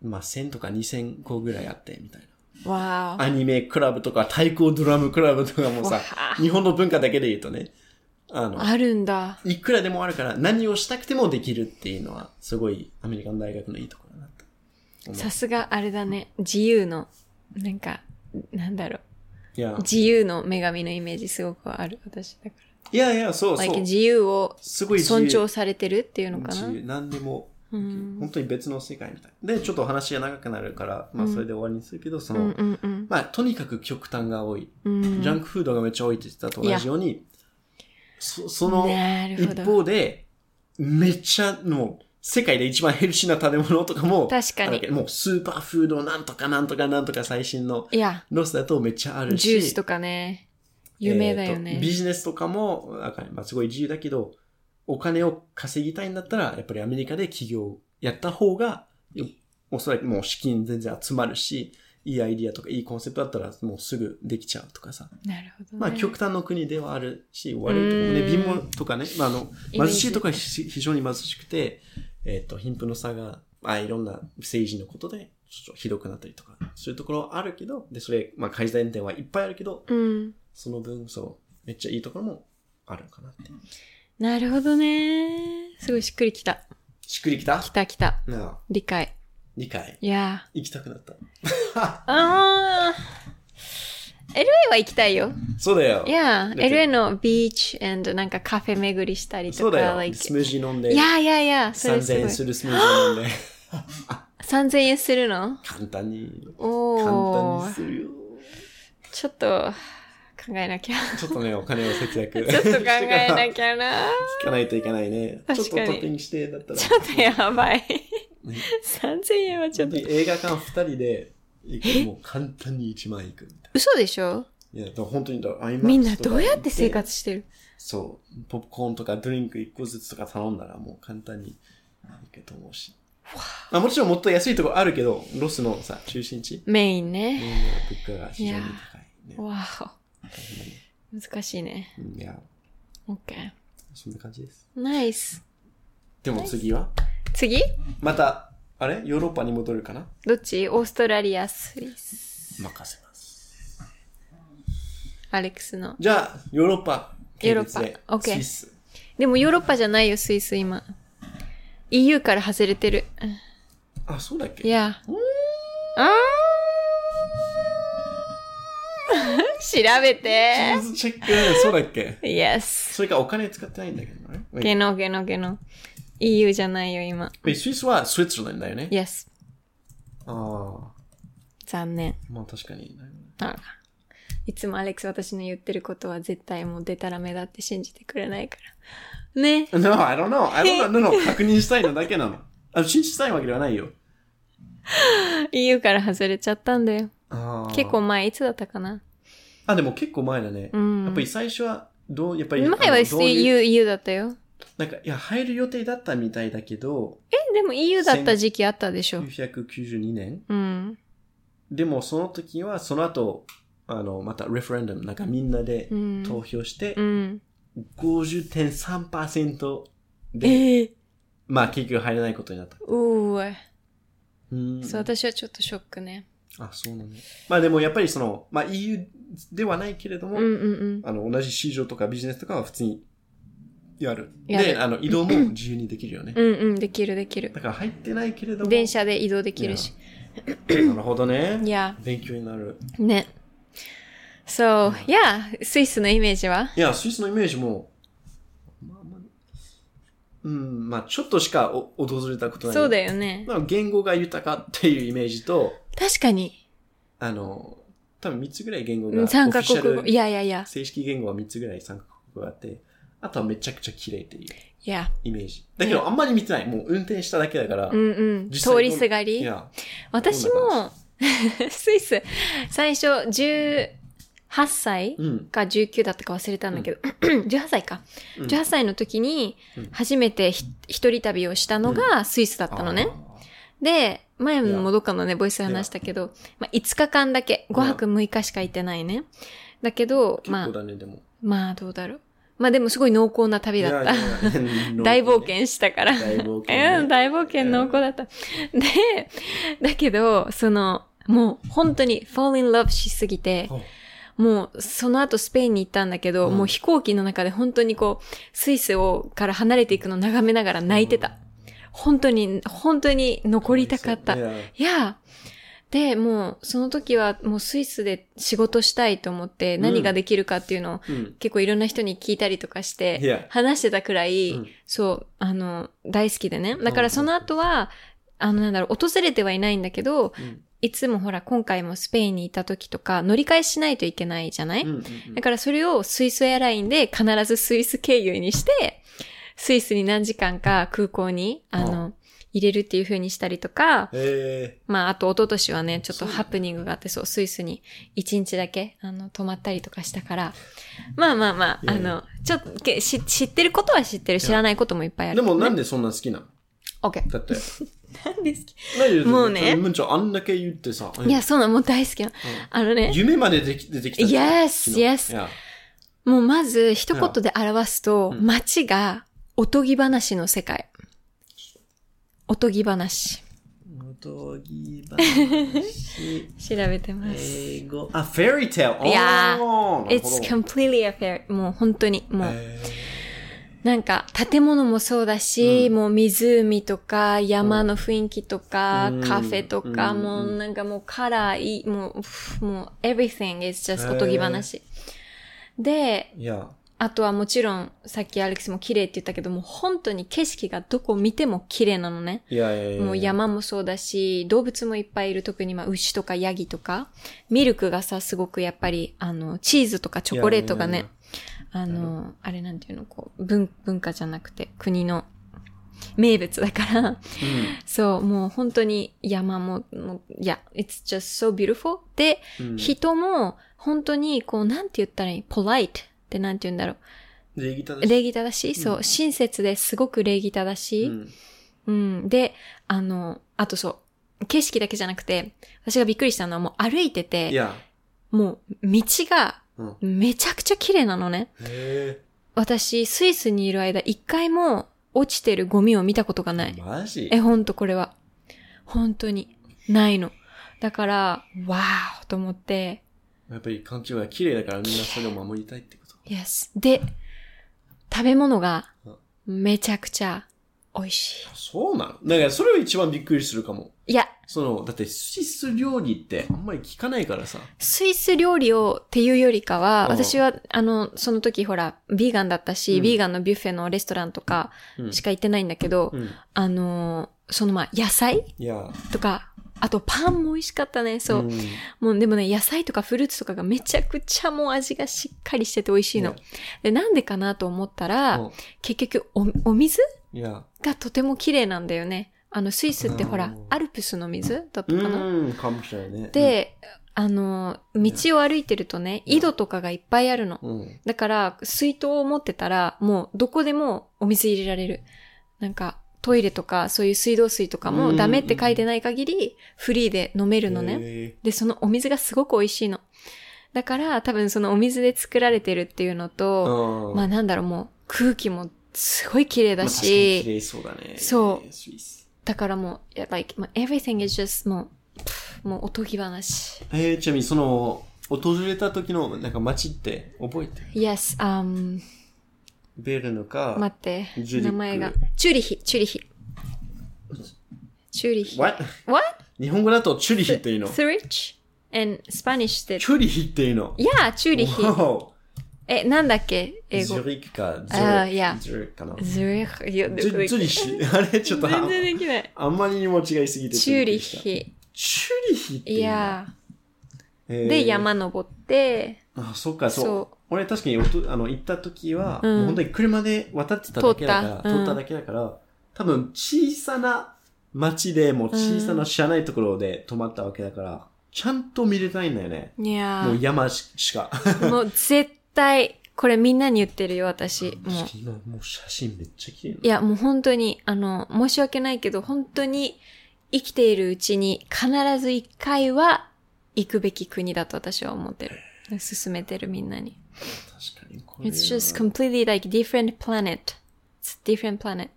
まあ、1000とか2000個ぐらいあって、みたい
わ
な。
ー
アニメクラブとか、太鼓ドラムクラブとかも
わ
さ、
ー
日本の文化だけで言うとね、あの、
あるんだ。
いくらでもあるから何をしたくてもできるっていうのは、すごいアメリカの大学のいいところだなと思う。
さすがあれだね。自由の、なんか、なんだろ
いや
う。自由の女神のイメージすごくある、私だか
いやいや、そう
ら。
そ
Like
う。
自由を
すごい自由。
尊重されてるっていうのかな
自由何でも、
うん。
本当に別の世界みたい。で、ちょっと話が長くなるから、まあ
うん
それで終わりにするけど、そ
うん
の、
うんうん。
まあとにかく極端が多い。
うん
ジャンクフードがめっちゃ多いって言ってたと
い
同
や
じように、そその
なるほ
一
ど。
方で、めっちゃ、もう、世界で一番ヘルシーな食べ物とかも、
確かに
あるわけもうスーパーフードなんとかなんとかなんとか最新の
いや、
ロスだとめっちゃあるし。
ジュースとかね。有名だよ
えー
ね
と。ビジネスとかも、なんかまあ、すごい自由だけど、お金を稼ぎたいんだったら、やっぱりアメリカで起業やった方が、よおそらくもう資金全然集まるし、いいアイディアとかいいコンセプトだったらもうすぐできちゃうとかさ。
なるほどね。
まあ極端の国ではあるし、悪いところ
う
ね、
ん
貧乏とかね、まああの、
イメー
貧
ジ
しいとかひ非常に貧しくて、えっ、と、貧富の差が、まあいろんな政治のことで、ちょっとひどくなったりとか、そういうところはあるけど、で、それ、まあ改善点はいっぱいあるけど、
うん。
その分、そう、めっちゃいいところもあるのかなって。
なるほどね。すごいしっくりきた。
しっくりきた
きたきた。
なあ、
理解。
理解。
いや
行きたくなった。
ー。あー。LA は行きたいよ。
そうだよ。
いやー、
だって
LA のビーチ and なんかカフェ巡りしたり
そ
と
うだ
か、
よ。
like
スムージー飲んで
い、やいやいや、それす
3000
ごい
円。するスムージー飲んで、
3000円するの
簡単に、簡
お
単
ー、
にするよ。
ちょっと考えなきゃ。
ちょっとね、お金を節約
ちょっと考えな
聞
きゃな。
かないといけないね。ちょっと
確
ト
かに
ッピングして、だったら。
ちょっとやばい。3000円はちょっ
本当
と。
に映画館2人で行く、もう簡単に1万いくみたい
嘘でしょ
な。いや、だから本当にだ、アイマックス
みんなどうやって
とか行
生活してる
そう、ポップコーンとかドリンク1個ずつとか頼んだらもう簡単にいけると思うし。まあ、もちろんもっと安いとこあるけど、ロスのさ、中心地、
メイン
うん
ね。
物価が非常に高い、ね
わお。難しいね。
うん。いや、
OK。
そんな感じです。
ナイス。
でも次は
次
また、あれヨーロッパに戻るかな
どっちオーストラリア、スイス。
任せます。
アレックスの。
じゃあ、ヨーロッパ。
ヨーロッパ
系列で
OK
スイス。
でもヨーロッパじゃないよ、スイス今。EU から外れてる。
あ、そうだっけ
いや。あー 調べて。
チェック、そうだっけ
Yes.
それかお金使ってないんだけどね。
ゲノゲノゲノ。EU じゃないよ、今。
Wait, スイスはスイッツランドだよね。
Yes.
ああ、
残念。
まあ確かに。
あらいつもアレックス私の言ってることは絶対もうデタラメだって信じてくれないから。ね。
No, I don't know. I don't know. No, no, 確認したいのだけなの。あ信じたいわけではないよ。
EU から外れちゃったんだよ。
あー
結構。前、いつだったかな
あ、でも結構前だね。
うん
やっぱり最初は、どう、やっぱり。
前は
あのどういう
EU、EU だったよ。
なんか、いや、入る予定だったみたいだけど、
え、でも EU だった時期あったでしょ。
992年。
うん。
でも、その時は、その後、あの、また、レフレンダム、なんかみんなで
うん。
投票して
う、ん。
50.3%で、
ええ
まあ、結局入れないことになった。
うーわ。
うん
そう、私はちょっとショックね。
あ、そうなの、まあでもやっぱりその、まあ EU ではないけれど
う
も、
んうん
あの、同じ市場とかビジネスとかは普通にやる。
やる
で、あの、移動も自由にできるよね
う。ん。うんうん、できるできる。
だから入ってないけれども。
電車で移動できるし。
いや。なるほどね
い。や、
勉強になる。
ね。そう、いや、スイスのイメージはい
や、スイスのイメージも、まあまあ、うん、まあちょっとしかお訪れたことない。
そうだ
よ。
よね。
言語が豊かっていうイメージと、
確かに。あ
あの、多分3つぐらい言語が、
3カ
オフィシ
国
ャ
語。
ル
いやいやいや。
正式言語は3つぐらい参加国があって、あとはめちゃくちゃ綺麗っていう
いや。
イメージ。だけどあんまり見てない。もう運転しただけだから。
うんうん。
実際
通
どう
りすが
い
り。
や、
私も、 スイス、最初18歳
うん。
か19だったか忘れたんだけど、18歳 か。
うん
18歳の時に
うん
初めてひ一人旅をしたのがスイスだったのね。で、前もどっかのね、ボイスで話したけど、まあ、5日間だけ、5泊6日しか行ってないね。だけど
あ、ー。
まあ
結構、だね、でも。
まあどうだろう。まあでもすごい濃厚な旅だった。
た
大冒。険したから。
大冒険ね
うん、大冒険濃厚だった。で、だけど、その、もう本当に fall in love しすぎて、
ほ
もうその後スペインに行ったんだけど、
うん
もう飛行機の中で本当にこう、スイスをから離れていくのを眺めながら泣いてた。本当に、本当に残りたかった。
い
い
や
や、で、もうその時はもうスイスで仕事したいと思って
ん
何ができるかっていうのを
うん。
結構いろんな人に聞いたりとかし
いや
て、話してたくらい、
うん
そう、あの、大好きでね。だからその後は、あの、なんだろう、訪れてはいないんだけど、
うん
いつもほら、今回もスペインにいた時とか、乗り換えしないといけないじゃない、
うんうん
だからそれをスイスエアラインで必ずスイス経由にして、スイスに何時間か空港に、あの、入れるっていう風にしたりとか、
え
まあ、あと、一昨年はね、ちょっと
そう
ハプニングがあって、そう、スイスに一日だけ、あの、泊まったりとかしたから、まあまあまあ、
いや
あ
いや
の、ちょっとけし、知ってることは知ってる、知らないこともいっぱいあ
ー
る。
でもなんでそんな好きなの
OK。
だって。
なんですけ
なんで
もうね
むんちゃんあんだけ言ってさ。
どいや、そうなの、もう大好きなの。あのね、
夢まででき出てきたじゃん。
Yes,
昨日
yes.
い や
もうまず、一言で表すと、
うん
街が、おとぎ話の世界。おとぎ話。
おとぎ話
調べてます。
英語。あ、フェリーテール。
いやー
おー
It's completely a fair. もう本当に、もう。
えー
なんか、建物もそうだし、もう湖とか、山の雰囲気とか、
うん
カフェとか、
うん
もうなんかもうカラーいい、もう、ふもう、everything is
へ
just
ー
おとぎ話。で、
いや。
あとはもちろん、さっきアレックスも綺麗って言ったけども、本当に景色がどこ見ても綺麗なのね。
いやいやいや。
もう。山もそうだし、動物もいっぱいいる。特にまあ牛とかヤギとか。ミルクがさ、すごくやっぱり、あの、チーズとかチョコレートが
いや
ね
い、
あ
なる
の、あれなんていうの、こう、文文化じゃなくて、国の名物だから、 そう、もう本当に山も、もういや、it's just so beautiful. で、
うん。うん
人も本当に、こう、なんて言ったらいい ?polite ってなんて言うんだろ
礼儀正
う。
しい。
礼儀正しい、そう、親切ですごく礼儀正しい。
うん
うん。で、あの、あとそう、景色だけじゃなくて、私がびっくりしたのはもう歩いて
い
て、
や。
もう道が
うん
めちゃくちゃ綺麗なのね。
へ
私、スイスにいる間、一回も落ちてるゴミを見たことがな
え。
い。
マジ
え、ほんとこれは。本当に、ないの。だから、わーと思って、
やっぱり環境が綺麗だからみんなそれを守りたいってこと。
Yes。で、食べ物がめちゃくちゃ美美味しい。
そうなのだからそれは一番びっくりするかも。
いや、
その、だってスイス料理ってあんまり聞かないからさ。
スイス料理をっていうよりかは、
うん
私は、あの、その時ほら、ビーガンだったし、
うん
ビーガンのビュッフェのレストランとか
うん
しか行ってないんだけど、
うん。
あのー、そのまあ、野菜
いや。
とか、あとパンも美味しかったね、そう。
ん
もうでもね、野菜とかフルーツとかがめちゃくちゃもう味がしっかりしてて美味しいの。
ね
で、なんでかなと思ったら、
うん
結局お、お水
いや。
がとても綺麗なんだよね。あの、スイスってほ
う
ら
ん、
アルプスの水だった
う
かな、
ん、かもしれないね。
で、あの、道を歩いてるとね、
うん
井戸とかがいっぱいあるの。
うん、うん。
だから、水筒を持ってたら、もうどこでもお水入れられる。なんか、トイレとか、そういう水道水とか
う
も
ん
ダメって書いてない限り、フリーで飲めるのね。
へ
で、そのお水がすごく美味しいの。だから、多分そのお水で作られてるっていうの
ー。
と、
うん。
まあ
あ、
なんだろう、もう空気もすごい綺麗だ
確かに綺
し、
麗そうだね。
そう
スイス。
だからもう、yeah, like, もう everything is just もう、もうおとぎ話。
えー、ちなみにその、訪れた時のなんか街って覚えてる
Yes, um,
ベルヌか、
待って。
ジュリック
名前が。チューリヒ、チューリヒ。チューリヒ。
What?
What?
日本語だとチュリヒっていうの。チ
スリッチ and Spanish って。
ュリヒっていうの。
いや、チューリヒ。
Wow
え、なんだっけ英
ジ
語
ュ。リックか、ズ
あー
リ
いや
ックズリックか な。
ズリヒ。いや
ジュズリヒあれちょっとあ
全然できない。
あんまりにも違いすぎて。
チューリ
びっくりした。
ヒ。
チュリヒって
い
いうの。
や。
えー
で、。山登って、
あ、そっか、そう。
そう
俺確かにおとあの行った時は、
うん
もう本当に車で渡ってただけだから、
通
通
っ
ったた,、
うん
だけだから、多分小さな町でもう小さ
うん
な知らないところで泊まったわけだから、ちゃんと見れたいんだよね。
いや
もう山ししか。
もう絶対、これみんなに言ってるよ、私。もう。
今もう写真めっちゃ綺麗ない
や、もう本当に、あの、申し訳ないけど、本当に生きているうちに必ず一回は行くべき国だと私は思ってる。勧めてるみんなに。
確かにこれは。
It's just completely like different planet. It's different planet.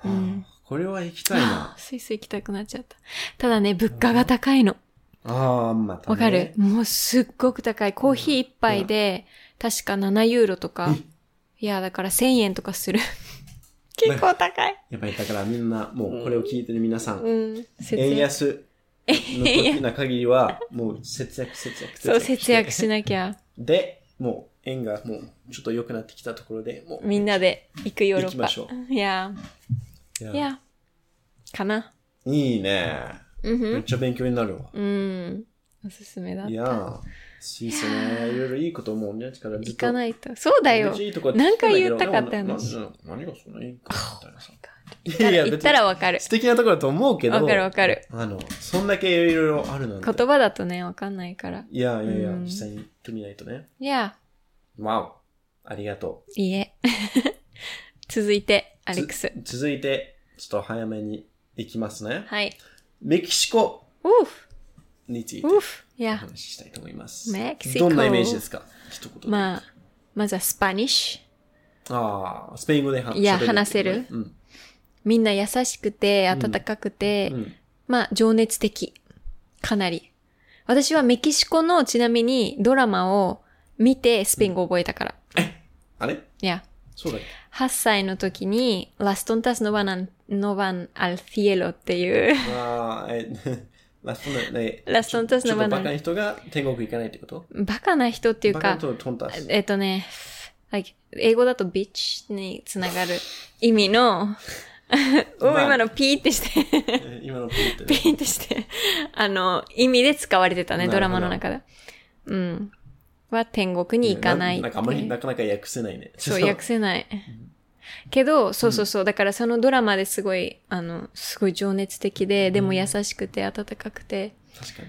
はあこれは行きたいな。
スイス行きたくなっちゃった。ただね、物価が高いの。
ああ、また、ね。
わかるもうすっごく高い。コーヒー一杯で、確か7ユーロとか。いや、だから1000円とかす る。結構高い。
やっぱりだからみんな、もうこれを聞いてる皆さん、
うん。節
円
約。
安の時な限りは、もう節約節約
そう、節約
して
しなきゃ。
で、もう円がもうちょっと良くなってきたところで、もう。
みんなで行くヨーロッパ。
行きましょ
いや
いや
ー、いやー、かな。
いいね。
うんふ
め
ん
っちゃ勉強になるわ。
うん。おすすめだった。
いやースイスね、いろいろいいこと思うね。から。
行かないいと。そうだよ。
めっちゃいいとこ
何回言ったかった
の
話。
何がそんないいかみたいなさ。
行ったら
いや
行ったらわかる。
素敵なところだと思うけど。
わかるわかる。
あの、そんだけいろいろあるなんて。
言葉だとね、わかんないから。
いやいやいや、
うん
実際に行ってみないとね。
いや
わお。ありがとう。
ー、いいえ。 続いて、アレックス。
つ続いて、ちょっと早めに行きますね。
はい。
メキシコ
ウーフ、
について
ウー
お
フ。いや、
話ししたいと思います。
メキシコ
どんなイメージですか一言で。
まあ、まずはスパニッシュ。
ああ、スペイン語で話
いや
喋る
話せる
うん。
みんな優しくて、温かくて、
うん
まあ、情熱的。かなり。私はメキシコのちなみにドラマを見てスペイン語を覚えたから。
あれ
いや。
そうだっ
8歳の時に、Las tontas no van, al- no van al cielo っていう。
けああ、え、 ラストの、ね、
ラストの年の
ちょっと
バナナ
バカな人が天国行かないってこと
バカな人っていう
バカ
か
な、人とン タス。
えっとね、like 英語だと bitch につながる意味 の、お
まあ
今のピーってして、
え今のピーって
ピ
ね。
ーってして、あの、意味で使われてたね、
なるほど
ドラマの中で。うん。は天国に行かないって
ないん
う
かあんまりなかなか訳せないね。
そう、訳せない。けど、そうそうそう。だからそのドラマですごい、あの、すごい情熱的で、でも優しくて温かくて。
確かに。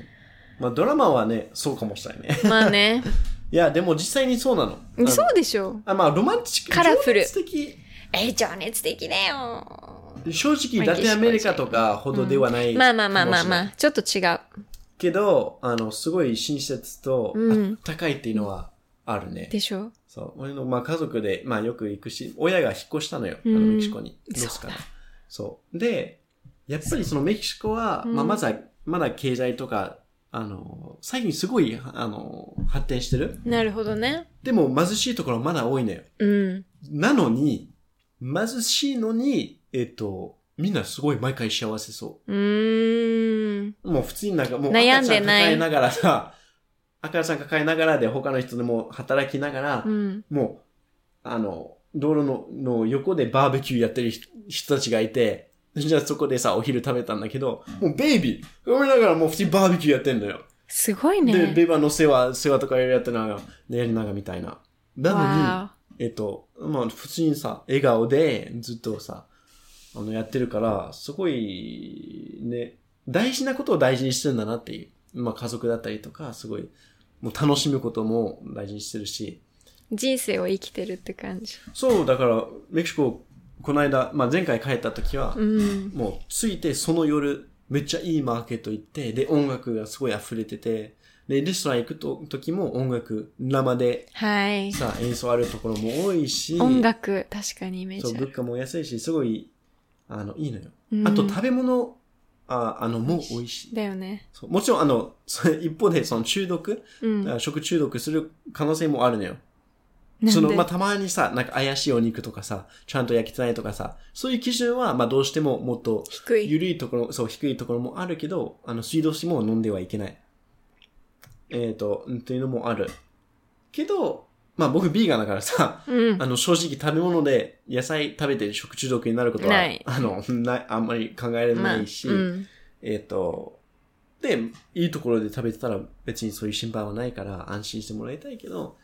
まあドラマはね、そうかもしれないね。
まあね。
いや、でも実際にそうなの。
そうでしょ。
あまあ、ロマンチック。
カラフル
情熱的。
え、情熱的だよ。
正直、ラテンアメリカとかほどではない、
まあまあまあまあまあ。。ちょっと違う。
けど、あの、すごい親切と、
うん
あったかいっていうのはあるね。
でしょ
そう。俺の、まあ家族で、まあよく行くし、親が引っ越したのよ。あ
う
の、
ん
メキシコに。ロスから。そう。で、やっぱりそのメキシコは、
うん
まあまだ、まだ経済とか、あの、最近すごい、あの、発展してる。
なるほどね。
でも貧しいところまだ多いのよ。
うん。
なのに、貧しいのに、えっと、みんなすごい毎回幸せそう
ーん。
う。もう普通になんか、もう
悩
赤
ん
ちゃ
で
ん
ない
抱えながらさ、赤ちゃん抱えながらで他の人でも働きながら
う、ん。
もう、あの、道路のの横でバーベキューやってる人人たちがいて、じゃあそこでさ、お昼食べたんだけど、もうベイビー、ごめんながらもう普通にバーベキューやってんのよ。
すごい
で、
ね。
ベイバーの世話、世話とかやりながら、やりながらみたいな。なのに、
わ
えっと、まあ普通にさ、笑顔でずっとさ、あの、やってるから、すごい、ね、大事なことを大事にしてるんだなっていう。まあ家族だったりとか、すごい、もう楽しむことも大事にしてるし、
お人生を生きてるって感じ。
そう、だから、メキシコ、この間、まあ、前回帰った時は、
うん。
もう、着いて、その夜、めっちゃいいマーケット行って、で、音楽がすごい溢れてて、で、レストラン行くと時も音楽、生で
はい。
さ、演奏あるところも多いし、
音楽、確かにイメー
そう、
ジあ
物
る。
価も安いし、すごい、あの、いいのよ。
うん
あと、食べ物、ああの、もう美味しい。
だよね。
そうもちろん、あの、それ一方で、その中毒、
うん。
あ食中毒する可能性もあるのよ。
なん
その、
で
まあ、たまにさ、なんか怪しいお肉とかさ、ちゃんと焼けてないとかさ、そういう基準は、まあ、どうしてももっと、
低い。
緩いところ、そう、低いところもあるけど、あの、水道水も飲んではいけない。えっ、と、うんというのもある。けど、まあ、僕、ビーガンだからさ、
うん
あ。の、正直食べ物で野菜食べて食中毒になることは、
ない
あの、ない、あんまり考えられないし、
うん。
えっ、と、で、いいところで食べてたら別にそういう心配はないから安心してもらいたいけど、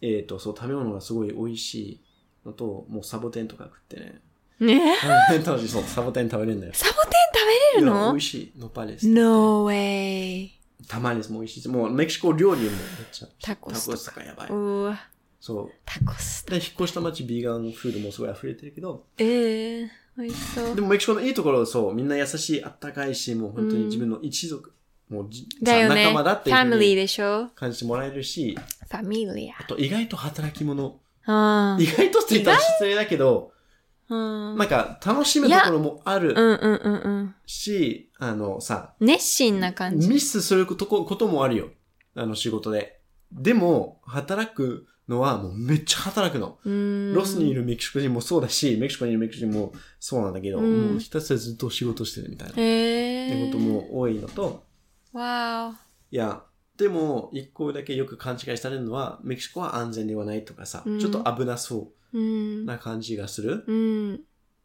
えっ、と、そう、食べ物がすごい美味しいのと、もうサボテンとか食ってね。
ね
楽しい、そう、サボテン食べれるんだよ。
サボテン食べれる
いや美
の
味しい、のパレス。
?No way.
たまにですも美味しいです。もうメキシコ料理もめっちゃ。
タコスと
タコ
か
スとかやばい。
うわ、
そ
タコス
う。。で、引っ越した街、ビーガンフードもすごい溢れてるけど、
ええー、美味しそう
で。もメキシコのいいところはそう、みんな優しい、あったかいし、もう本当に自分の一族、もうじ
だよ
さ
ね。
仲間だってい
ファ
うふ
ミ
う
リー
に
でしょ
感じてもらえるし、
ファミリア。
あと意外と働き者。
あ
意外とって言ったら失礼だけど、
あ。うん。
なんか楽しむところもあ
う
る
んうんうんうん。
し、あのさ、
熱心な感じ。
ミスすることこともあるよ。あの仕事で。でも、働くのはもうめっちゃ働くの。
うん。
ロスにいるメキシコ人もそうだし、メキシコにいるメキシコ人もそうなんだけど、
うん
もうひたすらずっと仕事してるみたいな。っ
ええ
て
ー。
こと。も多いのと、
わ
いや、でも、一個だけよく勘違いされるのは、メキシコは安全ではないとかさ、
うん
ちょっと危なそ
お。うん
う。な感じがする。
うん。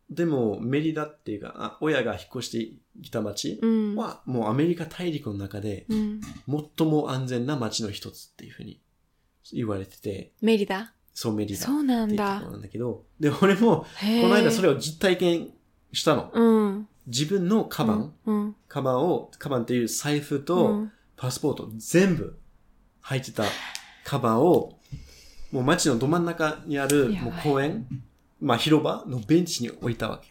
でも、メリダっていうか、あ親が引っ越してきた町
うん。
は、もうアメリカ大陸の中で、
うん。
最も安全な町の一つっていうふうに言われてて、
メリダ。
そうメリダっ
そ
ていう
なん
うとこ
だ
ろ。なんだけど、で、俺も、
へ
この間それ
を。
を実体験したの。
うん。
自分のカバン、
うん。
カバンを、カバンっていう財布
う
と
ん
パスポート全部入ってたカバンを、もう街のど真ん中にある
やばい
もう公園、まあ広場のベンチに置いたわけ。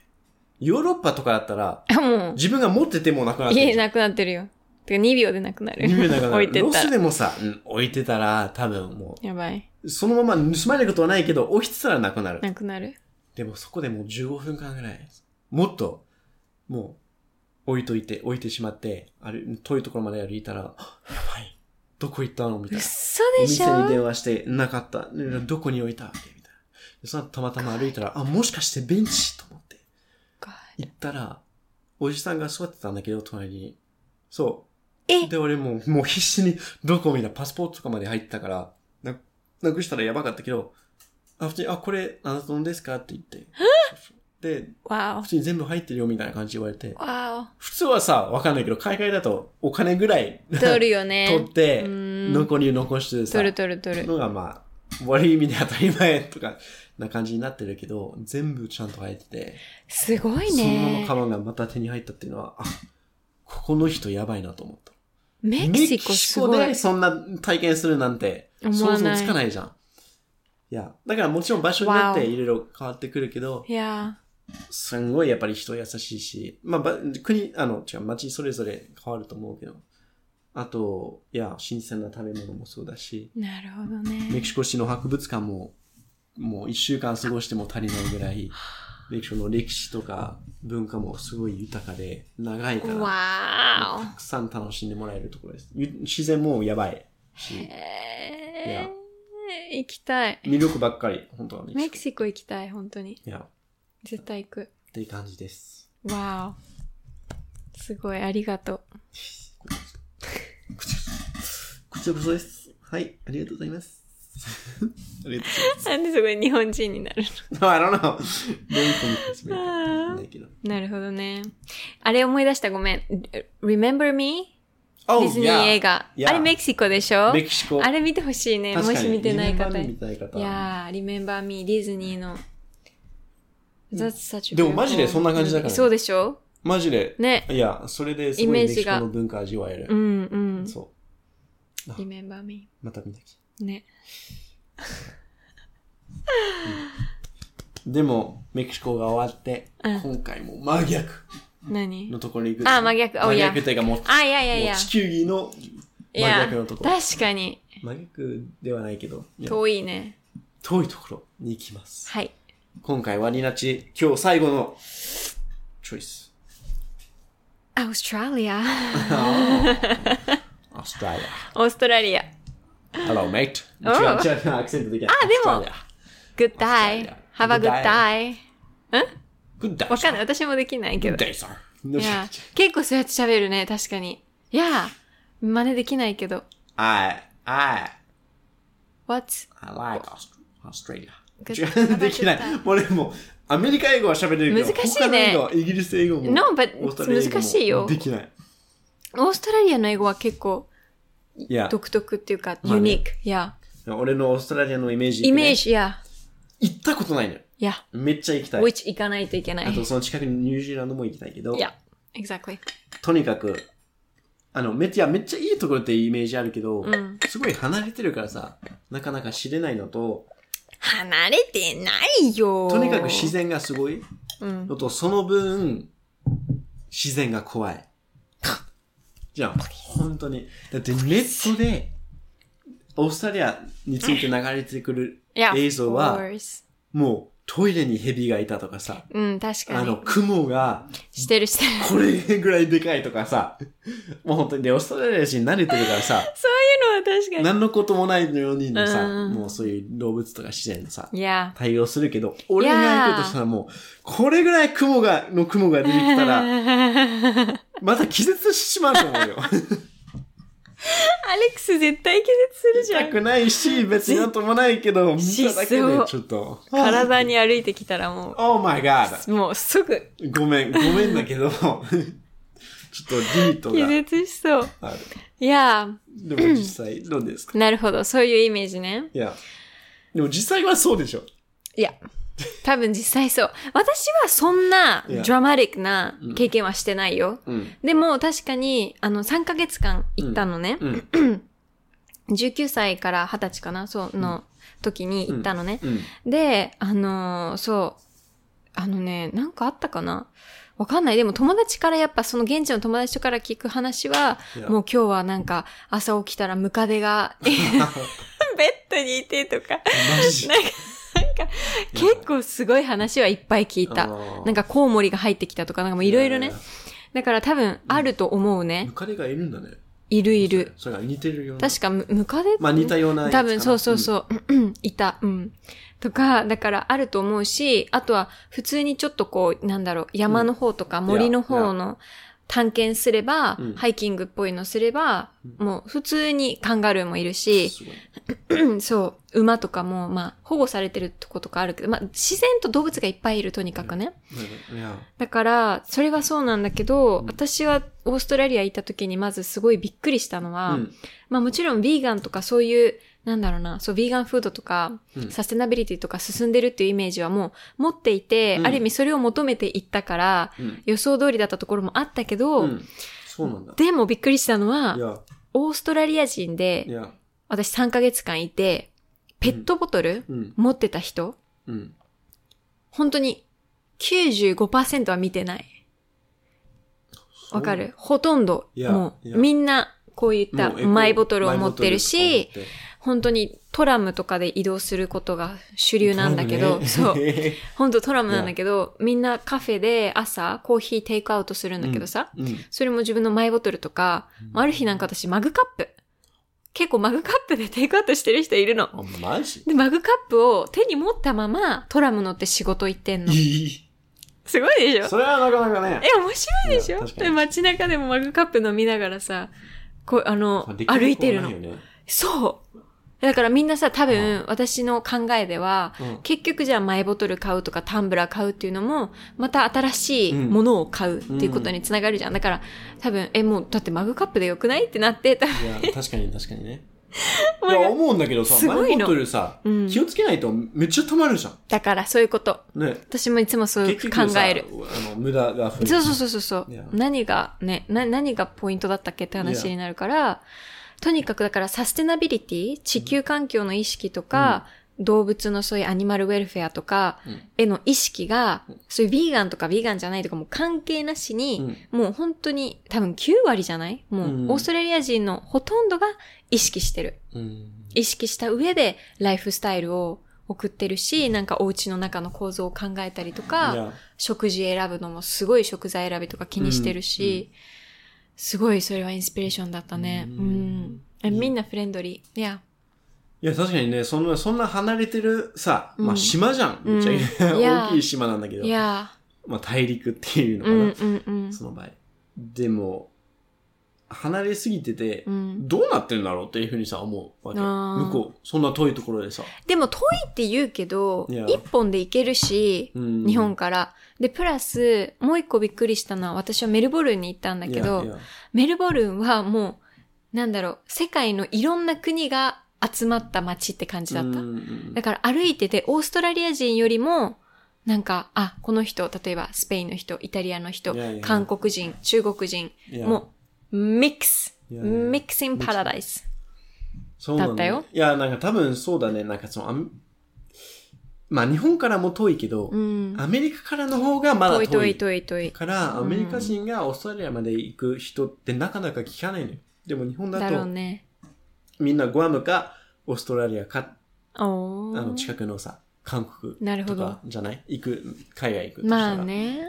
ヨーロッパとかだったら、
あ、も
自分が持っててもなくなっ
う、
てる
家
じゃん。
なくなってるよ。てか2秒でなくなる。
意味なくなる
置いてっ
ロ
た
ス
ら。
でもさ、うん置いてたら多分も
やばい。
う、そのまま盗まれることはないけど、置いてたらなくなる。
なくなる。
でもそこでもう15分間ぐらい、もっと、もう、置いといて、置いてしまって、ある、遠いところまで歩いたら、あやばい、どこ行ったのみたいな。
嘘
お
でし
店に
ょ
電話して、なかった。ねどこに置いたわけみたいな。でその後たまたま歩いたら、あ、もしかしてベンチと思って、行ったら、おじさんが座ってたんだけど、隣に。そう。
え
で、俺もう、もう必死に、どこみたいなパスポートとかまで入ってたから、な、なくしたらやばかったけど、あ、普通に、あ、これ、あなたのですかって言って。で、
わ
普通に全部入ってるよみたいな感じで言われて
お。。わ
普通はさ、わかんないけど、海外だとお金ぐらい
お。取
取
るよね。
って
う、ん
残りを残してさ、
取る取る取る。
のがまあ、悪い意味で当たり前とか、な感じになってるけど、全部ちゃんと入ってて。
すごい
そのまま
ね
カ。バンがまた手に入ったっていうのは、あ、ここの人やばいなと思った。
メキシコすご
メキシコ
い
で。そんな体験するなんて、想
思わない
像つかないじゃん。いや、だからもちろん場所によっ
わ
て
お
いろいろ変わってくるけど、
いや
すんごいやっぱり人優しいし、まあ、ば国、あの、違う、街それぞれ変わると思うけど、あと、いや、新鮮な食べ物もそうだし、
ー、なるほど
メ
ね
キ。シコ市の博物館も、もう一週間過ごしても足りないぐらい、メキシコの歴史とか文化もすごい豊かで、長いから、
わ
たくさん楽しんでもらえるところです。ゆ自然もやばいし、
ーお。へ行きたい。
魅力ばっかり、本当は
メキシコ行きたい、本当に。
いや、
絶対行く。
っていう感じです。
わお。すごい、ありがとう。
こちらこそです。はい、ありがとうございます。 ありがとう
なんですごい日本人になる
ございます。I don't know. どういうコミュニケーションがいいかわかんないけど。
の。なるほどね。あれ思い出した、ごめん。Remember Me? デ
Oh,
ィズニー映画。
Yeah.
あれメキシコでしょ
メキシコ。
あれ見てほしいね。も
確か
し
に
見てない方
見
に。
てない方
いやー、Remember Me ディズニーの。That's such a
でもマジで
beautiful
そんな感じだから
movie そうでしょ
マジで。
ね。
いや、それです
イ
ごい
メー
メ
ジ
キシコ
が
の文化味わえ
う
る。
んうん。
そ
Remember Me。
う。また見なき
ね。
ゃ。でも、メキシコが終わって、
うん
今回も真逆
何
のところに行く。
あ真逆 Oh,
真
yeah.
逆というかもう、も
あ、いやいやいや
う。地球儀の
い
真
や
逆のところ。
確かに。
真逆ではないけど、いや
遠いね。
遠いところに行きます。
はい。
今回ワニナチ、今日最後のチョイス。
オーストラリア。
アストラリ
オーストラリア。
ア。Hello, mate.
おう
違う違う、アクセントできない。
あでも
アストラリア
Good
Australia
day. Have a good
Good
day.
Good day.
わかんない。私もできないけ
Good
ど。
day, sir.
い や、結構そうやって喋るね。確かに。いや、真似できないけど。
I, I,
What's
I like Aust- Australia.
ぐ
違う、できない
ぐっ。
俺もう、アメリカ英語は喋れるけど、
難しいね
他の英語イギリス英語も、
No, but
オーストラリア英語も
難しいよ
できない。
オーストラリアの英語は結構
いや、
独特っていうか、
まあ
ユ
ね
ニーク。いや。
俺のオーストラリアのイメージ、
イメー。ジ、いや。
行ったことないのよ。
いや。
めっちゃ行きたい。
which 行かないといけない。
あと、その近くにニュージーランドも行きたいけど、
いや。exactly.
とにかく、あの、めっちゃ、めっちゃいいところってイメージあるけど、
ん
すごい離れてるからさ、なかなか知れないのと、
離れてないよ。
とにかく自。然がすごい
うん。
のと、その分、自然が怖い。じゃあ、本当に。だってネットで、オーストラリアについて流れてくる
いや。
映像は
of course
もうトイレにヘビがいたとかさ、
うん、確か
あの
に。
雲が
してるしてる。
これぐらいでかいとかさ、もう本当にでオーストラリア人慣れてるからさ、
そういうのは確かに。
何のこともないの4人のさ、
うん
もうそういう動物とか自然のさ、
いや。
対応するけど、俺が行こうとしたらもう、これぐらい雲が、の雲が出てきたら、 また気絶してしまうと思うよ。
アレックス絶対気絶するじゃ
痛
ん。
くないし、 別になんともないけど、見ただけで
そう
ちょっと。
体に歩いてきたらも
Oh my god!
う、もうすぐ
ごめん、ごめんだけど、ち ょっとリミット
気
が
絶しそう。
ある。
いや
でも実際、どうですか
ー、なるほど。そういうイメージね。
いや。でも実際はそうでしょ。
いや。多分実際そう。私はそんない
や
ドラマティックな経験はしてないよ。
うん。
でも確かに、あの、3ヶ月間行ったのね。
うん。
19歳から20歳かなそう、の時に行ったのね。
うん。
で、あのーそう。あのね、なんかあったかなわかんない。でも友達からやっぱその現地の友達から聞く話は、
いや
もう今日はなんか朝起きたらムカデ が、ベッドにいてとか、
マジ
なんか、なんか、結構すごい話はいっぱい聞いた。なんかコウモリが入ってきたとか、なんかもういろいろね。。だから多分あると思うね
抜。かれがいるんだね。
いるいる。
それが似てるような。
確かムムカデ
まあ似たようなやつかな。
多分そうそうそう、うんうん いた、うん。とか、だからあると思うし、あとは普通にちょっとこう、なんだろう、山の方とか
ん
森の方の探検すれば、
うん
ハイキングっぽいのすれば、
う
もう普通にカンガルーもいる
うん。
し、
すごい
そう、馬とかも、まあ、保護されてるとことかあるけど、まあ、自然と動物がいっぱいいる、とにかくね。
いや、
だから、それはそうなんだけど、
うん
私はオーストラリア行った時にまずすごいびっくりしたのは、
うん
まあもちろんヴィーガンとかそういう、なんだろうな、そう、ヴィーガンフードとか、
うん
サステナビリティとか進んでるっていうイメージはもう持っていて、
うん
ある意味それを求めていったから、
うん
予想通りだったところもあったけど、
うん。そうなんだ。
でもびっくりしたの
い
は、
や、
オーストラリア人
い
で、
や、
私3ヶ月間いて、ペットボトル
うん、
持ってた人、
うん。
本当に95%は見てない。わかるほとんど、
いや
も、
いうや
みんな、こういっ
もう
た
エコ
マイボトルを持ってる
マイ
し
ボ、トルとか
本当にトラムとかで移動することが主流なんだけど、
持って
そう。
へへ
本当トラムなんだけど、みんなカフェで朝コーヒーテイクアウトするんだけどさ、
うん。
それも自分のマイボトルとか、
うん
まあある日なんか私マグカップ結構マグカップでテイクアウトしてる人いるの。
あ、マジ
で、マグカップを手に持ったままトラム乗って仕事行ってんの
い。い。
すごいでしょ
それはなかなかね。
え、面白いでし
いや
ょ
確かに
で街中でもマグカップ飲みながらさ、こう、あの
まあで、きなくは
歩いてる
な
の
よ。ね
そう。だからみんなさ、多分、私の考えでは、
うん
結局じゃあマイボトル買うとかタンブラー買うっていうのも、また新しいものを買うっていうことにつながるじゃん。だから、多分、え、もう、だってマグカップでよくないってなって、多分、
いや、確かに確か にね。い
もう
や、思うんだけど
す
さ、
ごいの
マイボトルさ、
うん
気をつけないとめっちゃ溜まるじゃん。
だからそういうこと。
ね。
私もいつもそういう
結
考
局さ
える。
あの、無駄が増える。
そうそうそうそうそう
いや。
何がね、な、何がポイントだったっけって話になるから、とにかくだからサステナビリティ、地球環境の意識とか、動物のそういうアニマルウェルフェアとか
うん、
への意識が、そういうビーガンとかビーガンじゃないとかもう関係なしに、
うん
もう本当に多分9割じゃないも
う
うんオーストラリア人のほとんどが意識してる。
うん。
意識した上でライフスタイルを送ってるし、なんかお家の中の構造を考えたりとか、
いや
食事選ぶのもすごい食材選びとか気にしてるし、すごいそれはインスピレーションだったね。
う
うんん。えみんなフレンドリー。いや。
いや、確かにね、そんな、そんな離れてるさ、ま
う
あ
ん
島じゃん。
うん
めっちゃ
いや
大きい島なんだけど
い、や。
まあ大陸っていうの
う
か
ん
な。
うんうん。
その場合。でも、離れすぎてて、
うん、
どうなってるんだろうっていうふうにさ、思うわけ。
あー
向こう、そんな遠いところでさ。
でも遠いって言うけど、
いや
一本で行けるし、
うん
日本から。で、プラス、もう一個びっくりしたのは、私はメルボルンに行ったんだけど、
いやいや
メルボルンはもう、なんだろう、世界のいろんな国が集まった街って感じだった。
うんうん
だから歩いてて、オーストラリア人よりも、なんか、あ、この人、例えばスペインの人、イタリアの人
いやいや、
韓国人、中国人、
いや
もう、ミックス、
い
ミ
やいや
ックスインパラダイス。
そうなん
だったよ
いや、なんか多分そうだね。なんかその、あんまあ日本からも遠いけど、
うん。
アメリカからの方がまだ
遠
遠い
い遠い遠い遠い。
から、アメリカ人がオーストラリアまで行く人ってなかなか聞かないのよ。でも日本だ
だ
と、
ろうね。
みんなグアムかオーストラリアか、
お
あの近くのさ、韓国
なるほ
と
ど
かじゃない行く、海外行くとしたら
まあね。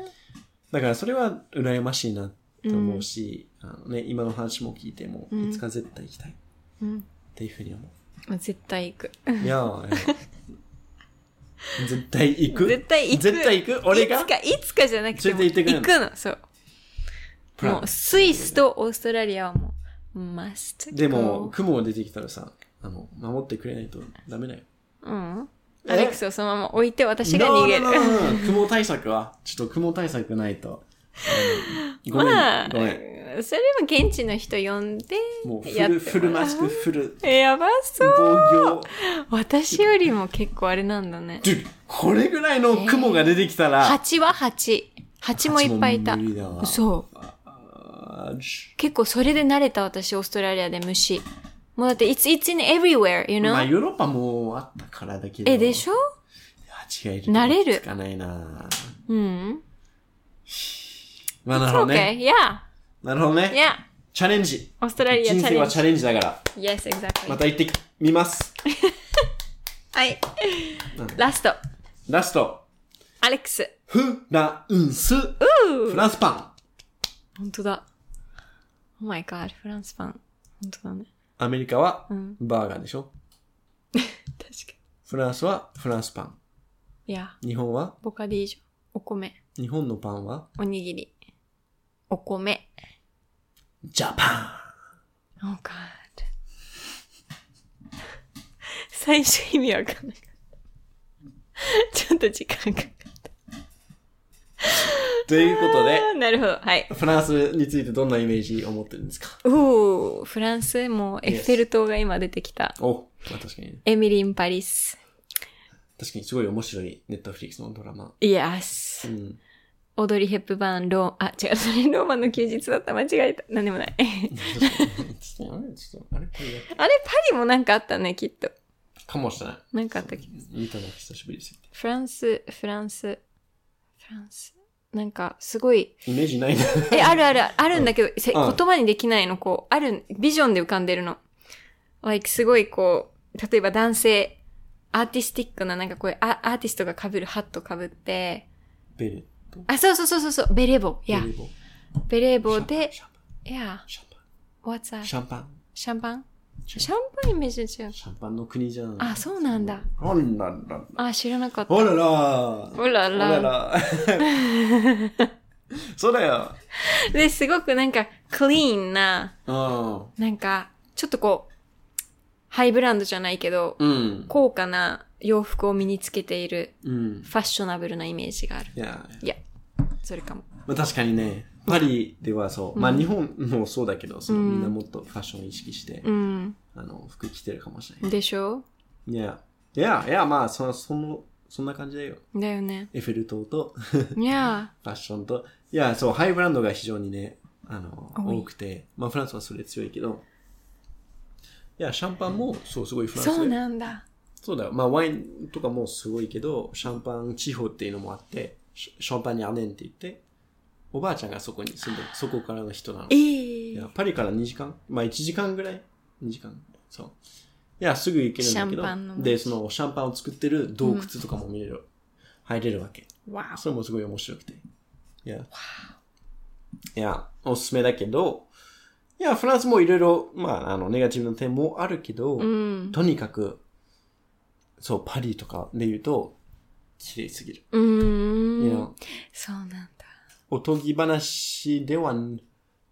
だからそれは羨ましいなって思うし、あのね、今の話も聞いても、
うん
いつか絶対行きたいっ
うん。
ていうふうに思 う。
絶対行く。
いやー、いや絶対行く
絶対行く
絶対行く俺が
いつか、いつかじゃなくても、
連れて行
行
ってくれ
くの、そう。
プラン
もう、スイスとオーストラリアはもう、マスト。
でも、、雲が出てきたらさ、あの、守ってくれないとダメだよ。
うん。
え
アレックスをそのまま置いて私が逃げる。
No, no, no, no, no. 雲対策は、ちょっと雲対策ないと。あのごめん、
まあ、
ごめん。
それは現地の人呼んで、
もうフ
やって
ル、フルマスク、フル、
え、やばそ
防
う。
御。
私よりも結構あれなんだね。
でこれぐらいの雲が出てきたら、
蜂は蜂。蜂もいっぱいいた
蜂も無理だ。わ
そう。
あーじ
結構それで慣れた私、オーストラリアで虫。もうだって、it's, it's in everywhere, you
まあ、
know?
ヨーロッパもあったからだけど。
え、でし
ょ
ょ
違いると
慣れる
つかないな
うん。
まあ、なるほど
Okay,
ね。
yeah,
なるほどね。
yeah.
チャレンジ。
オーストラリアチ
人
ャ
生
レ
は
ン
チ
ジ。
ャレンジだから。
Yes, exactly.
また行ってみます。
はい。ラスト。
ラスト。
アレックス。
フランス。フランスパン。
本当だ。Oh my god, フランスパン。本当だね。
アメリカは
うん
バーガーでしょ、
確か
フランスはフランスパン。
に。いや、
日本は
ボカディージョ。お米。
日本のパンは
おにぎり。お米。
ジャパ
Oh god. 最初意味わかんなかった。 ちょっと時間かかっ
ン。ということで、
た。なるほど。はい。
フランスについてどんなイメージを持ってるんですか
おー、フランスもうエッ
Yes
フェル塔が今出てきた。
お、まあ、確かにね。
エミリン・パリス。
確かにすごい面白いネットフリックスのドラマ。
Yes
う。ん。
オードリー・ヘップバーン、ロー、あ、違う、それローマの休日だった。間違えた。なんでも ない。
ちょっとあれちょっとあれこれや
あれ、パリもなんかあったね、きっと。
かもしれない。
なんかあったっけ
見たのが久しぶりですよ。
フランス、フランス、フランス。なんか、すごい。
イメージない な。
え、あるある、あるんだけど、せ
うん
言葉にできないの、こう、ある、ビジョンで浮かんでるの。like, すごいこう、例えば男性、アーティスティックな、なんかこういうア、アーティストが被るハット被って、
ベルと。
あ、そうそうそうそうそう、ベレー帽。いや
ベ、ルボ
ベレー帽で、
シャンパン
いや、
シャンパン。
what's that?
シャンパン。
シャンパンシャンパンイメージ違う。
シャンパンの国じゃん。
あ、そうなんだ。
ほららら。
あ、知らなかった。
ほらら。
ほら
ほ
ら。
ら ら。そうだよ。
で、すごくなんか、クリーンな、
う
なんか、ちょっとこう、ハイブランドじゃないけど、
ん。うん。
高価な洋服を身につけている、
うん。
ファッショナブルなイメージがある。
いや、
いや、それかも。
まあ、確かにね、パリではそう、まあ
うん
日本もそうだけど、その
うん
みんなもっとファッションを意識して、
うん。
あの、服着てるかもしれない。
でしょ
いや、いや、いや、まあ、その、その、そんな感じだよ。
だよね。
エッフェル塔と フ
いや
ァッションと、いや、そう、ハイブランドが非常にね、あの、
多い
多くて、まあフランスはそれ強いけど、いや、シャンパンも、そう、すごい
ー、
フランスで
そうなんだ。
そうだよ。まあ、ワインとかもすごいけど、シャンパン地方っていうのもあって、シシャンパンにアネンって言って、おばあちゃんがそこに住んでる、そこからの人なの。
え
い
ー
や、パリから2時間まあ、1時間ぐらい ?2 時間。そう。いや、すぐ行けるんだけ
シャンパンの
ど、
街
で、その、シャンパンを作ってる洞窟とかも見れる、入れるわけ。
わ
それもすごい面白くて。いや。いや、おすすめだけど、いや、フランスもいろいろ、まあ、あの、ネガティブな点もあるけ
お。
ど、
うん。
とにかく、そう、パリとかで言うと、綺麗すぎる。
う
い
ー
や
ん。そうなんだ。
おとぎ話ではん、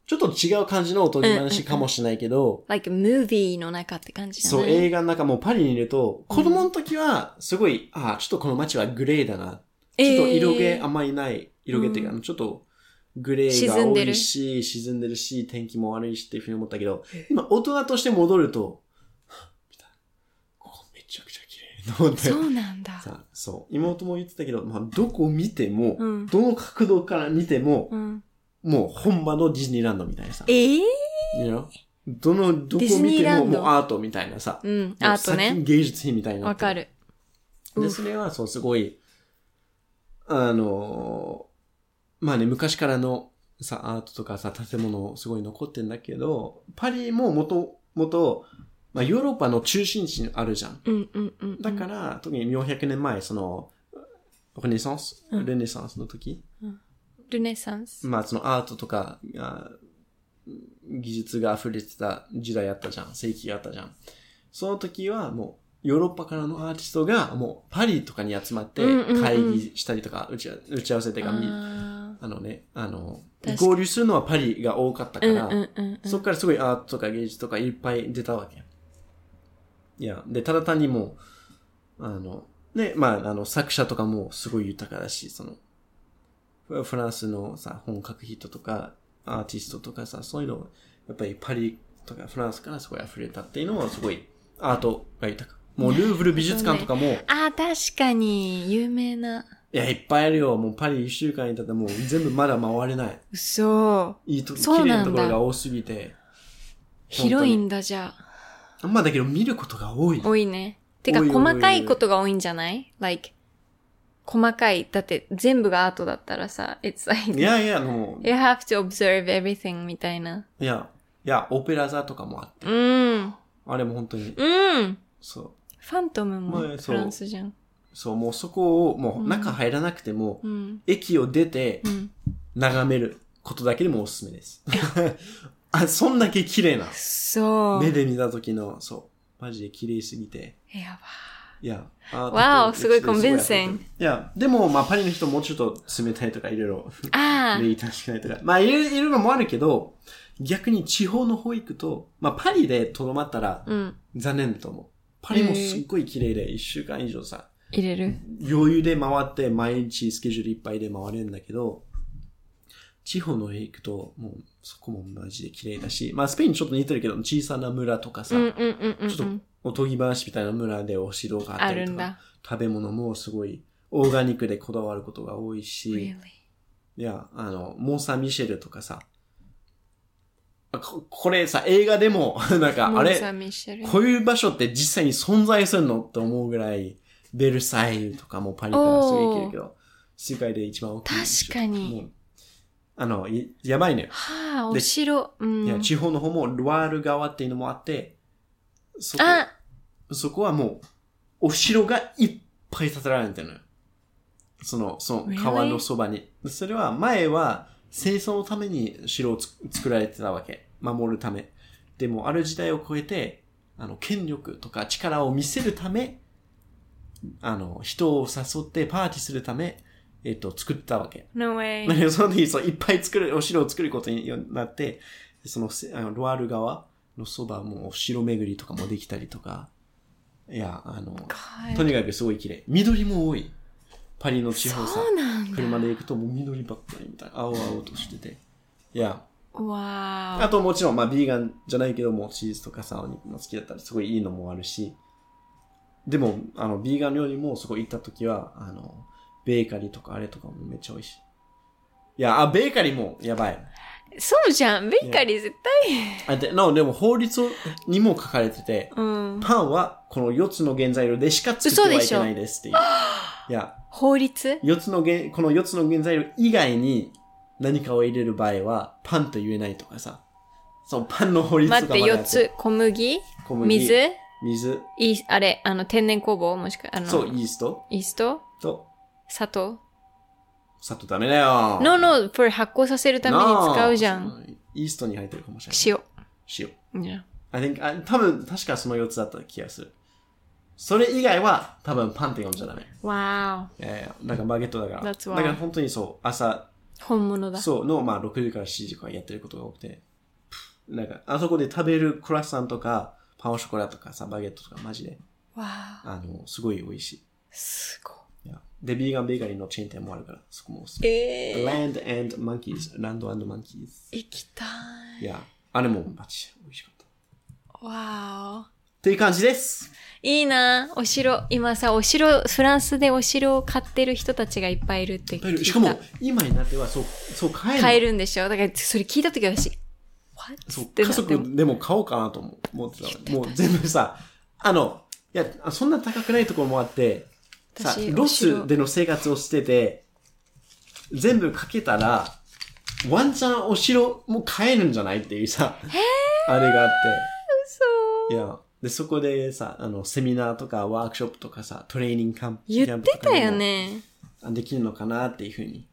ちょっと違う感じのおとぎ話かもしれないけど、
like movie の中って感じじゃ
そ
な
う、
い
映画の中もパリにいると、子供の時は、すごい、ああ、ちょっとこの街はグレーだな。
え
ち
ー
ょっと色気あんまりない。色気っていうか、
う
ちょっと、グレーが
沈ん
多
でる
いし、沈んでるし、天気も悪いしっていうふうに思ったけど、今、大人として戻ると、はぁみたいなここめちゃくちゃ綺麗と思って。
そうなんだ。
さそう。妹も言ってたけど、まあ、どこを見ても、
うん
どの角度から見ても
う、ん。
もう本場のディズニーランドみたいなさ。
えー
You know？どの、どこ
ディズ
を見
ニー
て
ラ
も、
ンド
もうアートみたいなさ。
うん。アート
も
ね
う。芸術品みたいにな
わ
って
か。る。う
で、
ん
それは、そう、すごい、あのーまあね、昔からのさ、アートとかさ、建物すごい残ってんだけど、パリももともと、まあ、ヨーロッパの中心地にあるじゃん。
うんうんうんうん。、
だからら、特に400年前、その、ルネサンス、
うん
ルネサンスの時、
ルネサンス。
まあそのアートとか、あ技術が溢れてた時代あったじゃん、世紀があったじゃん。その時はもう、ヨーロッパからのアーティストがもうパリとかに集まって
うんうんうん
会議したりとか、打ち合打ち合わせとかみ、
あ
あのね、あの
確、かに
合流するのはパリが多かった
ー
か
うん
ら、
うんうんうん。
そっからすごいアートとか芸術とかいっぱい出たわけ。いや、で、ただ単にもう、あの、ね、まあ、あの、作者とかもすごい豊かだし、その、フフランスのさ、本格ヒットとか、アーティストとかさ、そういうの、やっぱりパリとかフランスからすごい溢れたっていうのはすごい、アートが豊か。もうルーブル美術館とかも、
ああ、確かに、有名な。
いや、いっぱいあるよ。もうパリ一週間いたってもう全部まだ回れない。
嘘。
いいと、
そうな
綺
んだ
麗なところが多すぎて。
広いんだ、じゃあ。
まあだけど見ることが多い。
多いね。てか、
多い多い多い
細かいことが多いんじゃない ?like, 細かい。だって、全部がアートだったらさ、it's like,
い
you
やいや、も
have to observe everything みたいな。
う、いや、いや、オペラ座とかもあって、
うん。
あれも本当に、
うん。
そう、
ファントムも
まあ
フ
そう
ランスじゃん。
そう、もうそこを、も
う
うん中入らなくても、
うん。
駅を出て
うん。
眺めることだけでもおすすめ です。あ、そんだけ綺麗な。
そう。
目で見た時の、そう、マジで綺麗すぎて、
やば
いや、あ
わお
ち
す
ょっ
ごい
と
コンビンシング
いや、でも、まあ、パリの人もうちょっと冷たいとか、いろいろ、
い。あ
礼儀正しくないとか。まあ、いろいろいろのもあるけど、逆に地方の方行くと、まあ、パリでとどまった
あ。、
ら
うん。
残念だと思う。パリもすっごい綺麗で、一週間以上さ、
入れる。
余裕で回って、毎日スケジュールいっぱいで回れるんだけど、地方のへ行くと、もう、そこもマジで綺麗だし、まあ、スペインにちょっと似てるけど、小さな村とか
う
さ、
んうんうんうんう
ちょっ
ん。
おとぎ話みたいな村でお城があっ
あ
たり
る
と
ん
か
だ。、
食べ物もすごい、オーガニックでこだわることが多いし、
Really?
いや、あの、モン・サン・ミシェルとかさ、あここれさ、映画でも、 なんか、あ
モン
れ、
サンミシェル
こういう場所って実際に存在するのって思うぐらい、ベルサイユとかもパリからすぐ行けるけど、世界で一番大きい場所。
確かに
もう。あの、いやばいね。
はあ、お
で
城。う
いや、
ん。
地方の方もルワール川っていうのもあって、そこ
あ、
そこはもう、お城がいっぱい建てられてるのよ。その、その
Really？
川のそばに。それは前は戦争のために城をつ作られてたわけ。守るため。でも、ある時代を超えて、あの、権力とか力を見せるため、あの、人を誘ってパーティーするため、えっ、と、作ったわけ。
No way.
なの で、その時、そういっぱい作る、お城を作ることになって、その、せあのロアール側のそばもお城巡りとかもできたりとか、いや、あの、と
God.
にかくすごい綺麗。緑も多い。パリの地方さ
そ、うなんだ。
車で行くともう緑ばっかりみたいな、青々としてて。いや、
わ
あともちろん、まあ、ビーガンじゃないけども、チーズとかさ、お肉も好きだったら、すごいいいのもあるし、でも、あの、ビーガン料理も、そこ行った時は、あの、ベーカリーとかあれとかもめっちゃ美味しい。いや、あ、ベーカリーも、やばい。
ー。そうじゃん。ベーカリー絶対。
あで、なでも、法律にも書かれてて、
うん。
パンは、この4つの原材料でしか作ってはいけないですっていう。いや、
法律
四つの原、この4つの原材料以外に何かを入れる場合は、パンと言えないとかさ、そう、パンの法律とか
待って、
まだや
4
って
つ。小麦
小麦
水
水、
いい、あれ、あの、天然酵母もしくは、あの、
そう、イースト
イースト
と、
砂糖
砂糖ダメだよ。
のの、これ発酵させるために使うじゃん。
ん。イーストに入ってるかもしれない。
塩。
塩。
いや
I think, あ多分、確かその4つだった気がする。それ以外は、多分パンって呼んじゃダメ。
わ
いやいや、なんかバゲットだから。だ
That's why.
から本当にそう、朝、
ー本物だ。
そう、の、まあ、6時から7時とかやってることが多くて、なんか、あそこで食べるクラッサンとか、パンオショコラとかさ、バゲットとか、マジで、
わー。
あの、すごい美味し
すご
い。いやで、ビーガンベーカリーのチェーン店もあるから、そこもおすすめ
い。えー、
Land and Monkeys. Land and Monkeys.
行きた
いや、あれもマジ美味しかった。っ
い。わー。
ていう感じです。
いいなお城。今さ、お城、フランスでお城を買ってる人たちがいっぱいいるって聞いた。
しかも、今になっては、そう、そう、買える。
買えるんでしょだから、それ聞いたとき私、What?
そう
って
家
なって
族でも買おうかなと思思ってたのもう全部さ、あの、いや、そんな高くないところもあって、さ
私、
ロ
お城
スでの生活をしてて、全部かけたら、ワンチャンお城も買えるんじゃないっていうさ、あれがあって。
そう。
いや、で、そこでさ、あの、セミナーとかワークショップとかさ、トレーニングカンプキ
言
ャン
っ
プと
て
か
た
にも
よね。
あできるのかなっていうふうに。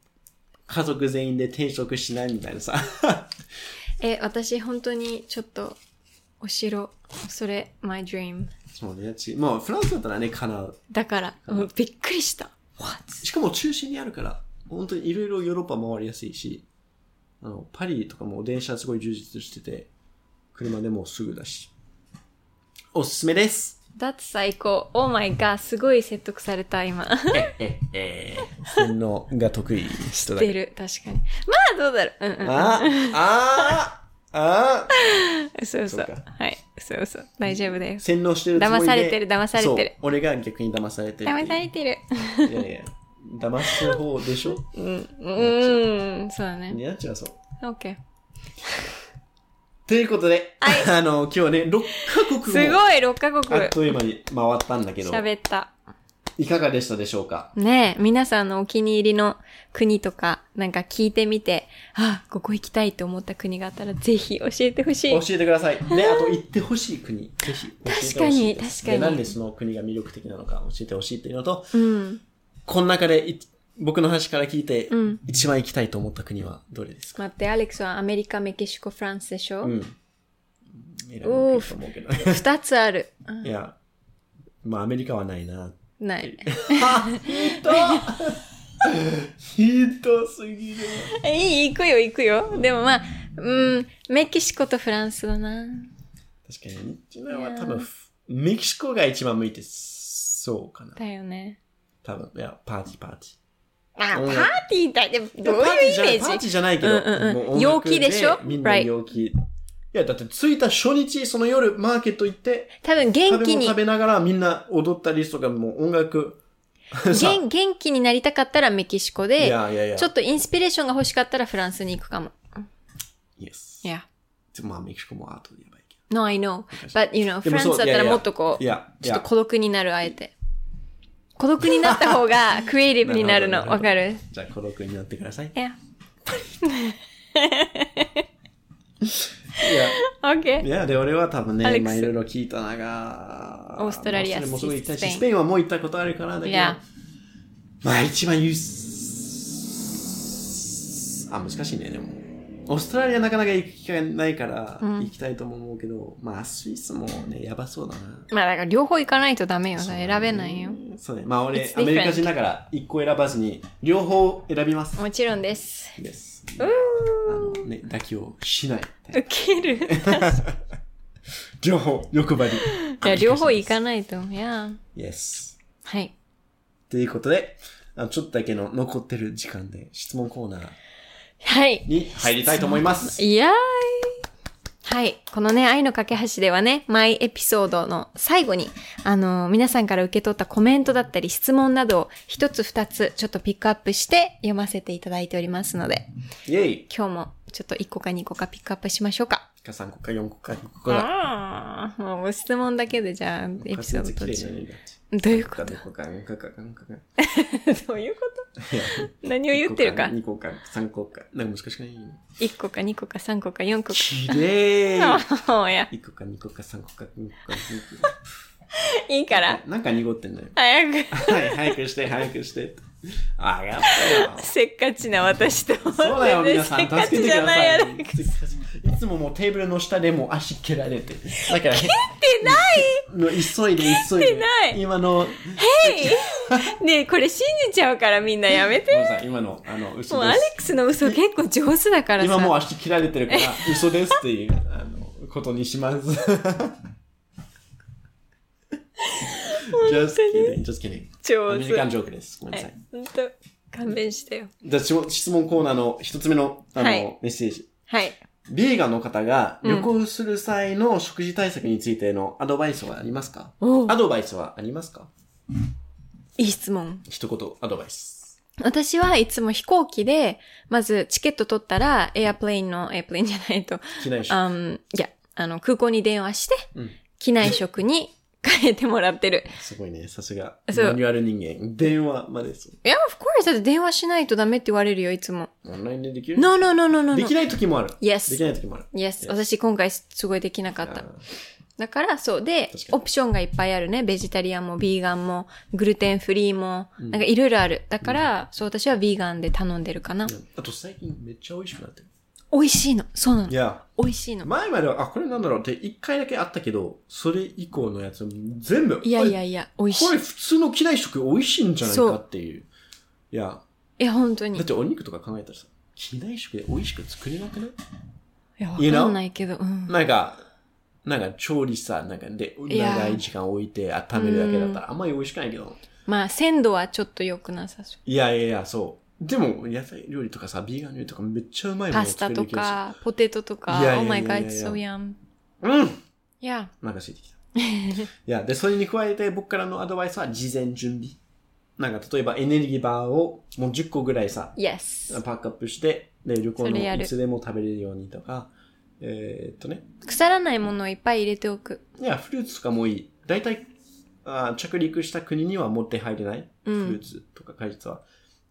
家族全員で転職しないみたいなさ。
え、私本当にちょっと、お城、それ、my dream。
そうね、ちもうフランスだったらね、かなう。
だから、もうびっくりした。What?
しかも中心にあるから、本当にいろいろヨーロッパ回りやすいし、あの、パリとかも電車すごい充実してて、車でもすぐだし。おすすめです
だって最高。Oh my god, すごい説得された、今。
え、え、洗脳が得意人だけ
出る、確かに。まあ、どうだろう。うんうん。
あ、ああ、ああ
そう嘘。
そうか
はい、そう嘘。大丈夫です。
洗脳してるつもりで
騙されてる騙されてる
そう俺が逆に騙されてるっていう
騙されてる。
いやいや騙す方でしょ
うーん、そうだね。
になっちゃうそう
OK。
ということで、あの今日はね6カ国も
すごい、6カ
あっ
国
という間に回ったんだけど
喋った。
いかがでしたでしょうか
ねえ、皆さんのお気に入りの国とか、なんか聞いてみて、あ、ここ行きたいと思った国があったら、ぜひ教えてほしい
教。えてください。ね、あと行ってほしい国、ぜひ教えてほしいです。
確かに
で
確かに
なんでその国が魅力的なのか教えてほしいっていうのと、
うん。
この中でい僕の話から聞いて、
うん
一番行きたいと思った国はどれですか
待って、アレックスはアメリカ、メキシコ、フランスでしょ、
うん。選んでくれると思うけどね。
二つある。うん
いや、まあアメリカはないな。
ない。
ひどすぎる。
え、いい、行くよ、行くよ。でもまあ、うん、メキシコとフランスだな。
確かに、自分は多分、メキシコが一番向いてそうかな。
だよね。
多分、いや、パーティーパーティー。
あ、パ
うん
ーティーだって、どう
パーテ
いうイメ
ィーじゃないパ
ー
ーティ
ジ
ーじゃないけ
うん
ど、
うんうん
も音楽
陽気でしょ
みんな
Right
陽気。いや、だって着いた初日、その夜、マーケット行って、
多分元
食べ
気
物
に
食、べながらみんな踊ったりとか、もう音楽。さ
元元気になりたかったらメキシコ
い
で、
やいやいや。
ちょっとインスピレーションが欲しかったらフランスに行くかも。
Yes
いや。
まあ、メキシコも後でやばいけ
No, I know.
昔
But, you know, フ
でも
ラン
そう
スだっ
いや
たら
いや
もっとこ
ど。
う、
いや、い
ちょっ
や
と、孤独になる、あえて。孤独になった方がクリエイティブになる
なる
の。
ほど
わかる
じゃあ孤独になってください。
いや。
いや。い
OK。
や、で、俺は多分
アレ
ね、
ックス
まあいろいろ聞いたのが、
オーストラリア
まあオーストラリアもすごい行った
ス
し、ス
ペ
ペインはもう行ったことあるから、だけど、
Yeah
まあ一番言う、あ、難しいね、でも。オーストラリアなかなか行く機会ないから、
うん
行きたいとも思うけど、まあ、スイスもね、やばそうだな。
まあだから両方行かないとダメよ。選べないよ。。
そうね。まあ、俺、
It's
アメリカ人だから、一個選ばずに、両方選びます。
もちろんです。
です。
う
あ
ー
のね、妥協しない。
ウケる。い
両方、欲張り。
や、両方行か
い。
ないと。いや。
Yes。
はい。
ということで、あのちょっとだけの残ってる時間で質問コーナー
はい。
に入りたいと思います。
イエーイはい。このね、愛の架け橋ではね、毎エピソードの最後に、あの、皆さんから受け取ったコメントだったり質問などを一つ二つちょっとピックアップして読ませていただいておりますので、
イェイ
今日もちょっと1個か2個かピックアップしましょうか。
か3個か4個か5個か。
ああ、もう質問だけでじゃあ、エピソード
と
途中。どういうこと
?5 個か4個か5個か。
どういうこと何を言ってるか。
2個か3個か。なんか難しくない
1個か2個か3個か4個か。
きれい
もうや、
!1 個か2個か3個か4個か
いいか
5
ら。
個。なんか濁ってんだよ。
早く、
はい、早くして、早くして。あ、やった よ。
せっかちな私と。
そうだよ、
全然
皆さん。
せっ
助
か
け
ち
てく
じゃ
だ
ない
さ
や
い。
ろ。
いつももうテーブルの下でもう足蹴られて。だから、
っ
蹴っ
てな
の急いで
蹴っ
急い
て
で
ない。
今の、
いねえ、これ信じちゃうからみんなやめて。
ごめんなさい今の、あの、嘘です。
もうアレックスの嘘結構上手だからさ。
今もう足切られてるから、嘘ですっていう、あの、ことにします。just kidding, just kidding. ア
上
メ
手。
リカンジョークです。ごめんなさい。
ほんと、勘弁してよ。
じゃあ質問質問コーナーの一つ目のあの、
はい
メッセージ。
はい。
ビーガンの方が
うん
旅行する際の食事対策についてのアドバイスはありますか、
おう
アドバイスはありますか
いい質問。
一言アドバイス。
私はいつも飛行機で、まずチケット取ったら、エアプレインの、エアプレインじゃないと、
機内食。
あんいや、あの、空港に電話して、
うん
機内食に変えてもらってる。
すごいね。さすが。
そう
マニュアル人間。電話までそう。
いや、of course, だって電話しないとダメって言われるよ、いつも。
オンラインでできる
no, no, no, no, no,
で
no.
きない時もある。
Yes.
できない時もある。
yes, 私今回すごいできなかった
あ。ー
だから、そう。で
確か、に
オプションがいっぱいあるね。ベジタリアンも、ビーガンも、グルテンフリーも、
うん
なんかいろいろある。だから、そう、私はビーガンで頼んでるかな。
あと最近めっちゃ美味しくなってる。
美味しいの。そうなの
い。や、
美味しいの。
前までは、あ、これなんだろうって一回だけあったけど、それ以降のやつ全部、
いやい
あ
や
れ
いや、美味しい
こ。れ普通の機内食美味しいんじゃないかっていう。いや、
いや、本当に。
だっ
い
てお肉とか考えたらさ、機内食で美味しく作れなくない
や、わ
you know？
かんないけど。うん。
なんか、なんか調理さ、なんかで、
いや
長い時間置いて温めるだけだったらあんまり美味しくないけど。
まあ、鮮度はちょっと良くなさそう。
いやいやいや、そう。でも、野菜料理とかさ、ビーガン料理とかめっちゃうまいも
パ
の
ス
作
タ
れる
と
気がする。
か、ポテトとか
いやいやいやい、や
Oh my god, it's so yum.
うん
いや、
お腹空いて きた。いや、で、それに加えて僕からのアドバイスは事前準備。なんか例えばエネルギーバーをもう10個ぐらいさ、
yes.
パックアップして、で、旅行
それや
の
る
いつでも食べれるようにとか、えーっとね、
腐らないものをいっぱい入れておく。
いや、フルーツとかもいい。大体、あー着陸した国には持って入れない、
うん
フルーツとか果実は。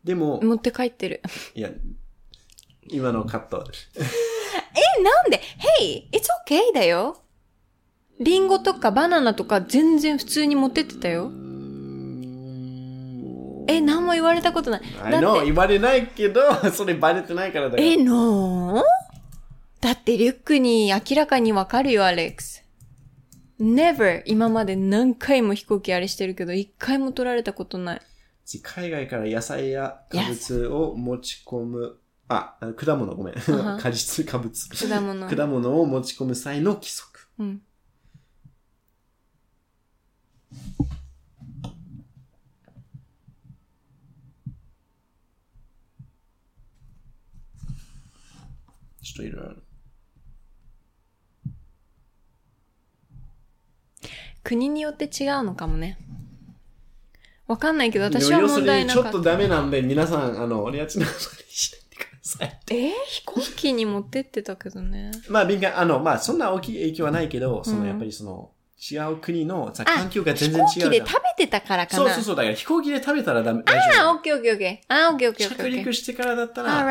でも、
持って帰ってる。
いや、今のカット。
え、なんで ?Hey, it's okay だよ。リンゴとかバナナとか全然普通に持ってってたよ。え、何も言われたことない。
I
だ
know
って、
言われないけど、 それバレてないからだよ。
え、のーだってリュックに明らかにわかるよ、アレックス。never 今まで何回も飛行機あれしてるけど、一回も取られたことない。
海外から野菜や果物を持ち込む、あ、あ果物ごめん。
は
果実、果物。
果物
果物を持ち込む際の規則。
うん。
ちょっといろいろある。
国によって違うのかもね。わかんないけど、私
で
は
も要す
問
る
題
に
な
ちょ
か
っ
っ
と
た。
ダメなんで、皆さん、あの、俺やちの話しないでくだ さい。
えー、飛行機に持ってってたけどね。
まあ、敏感、あの、まあ、そんな大きい影響はないけど、そ
うん
の、やっぱりその、違う国の、さ、
あ
環境が全
飛
然違
行
うじ
機
ゃん。
で食べてたからかな。
そうそうそう、だから飛行機で食べたらダメ。大
あ、
丈
オッケーオッケーオッケー。あ、オッケーオッケーオ
夫
ッケー。
着陸してからだった
a l
ら、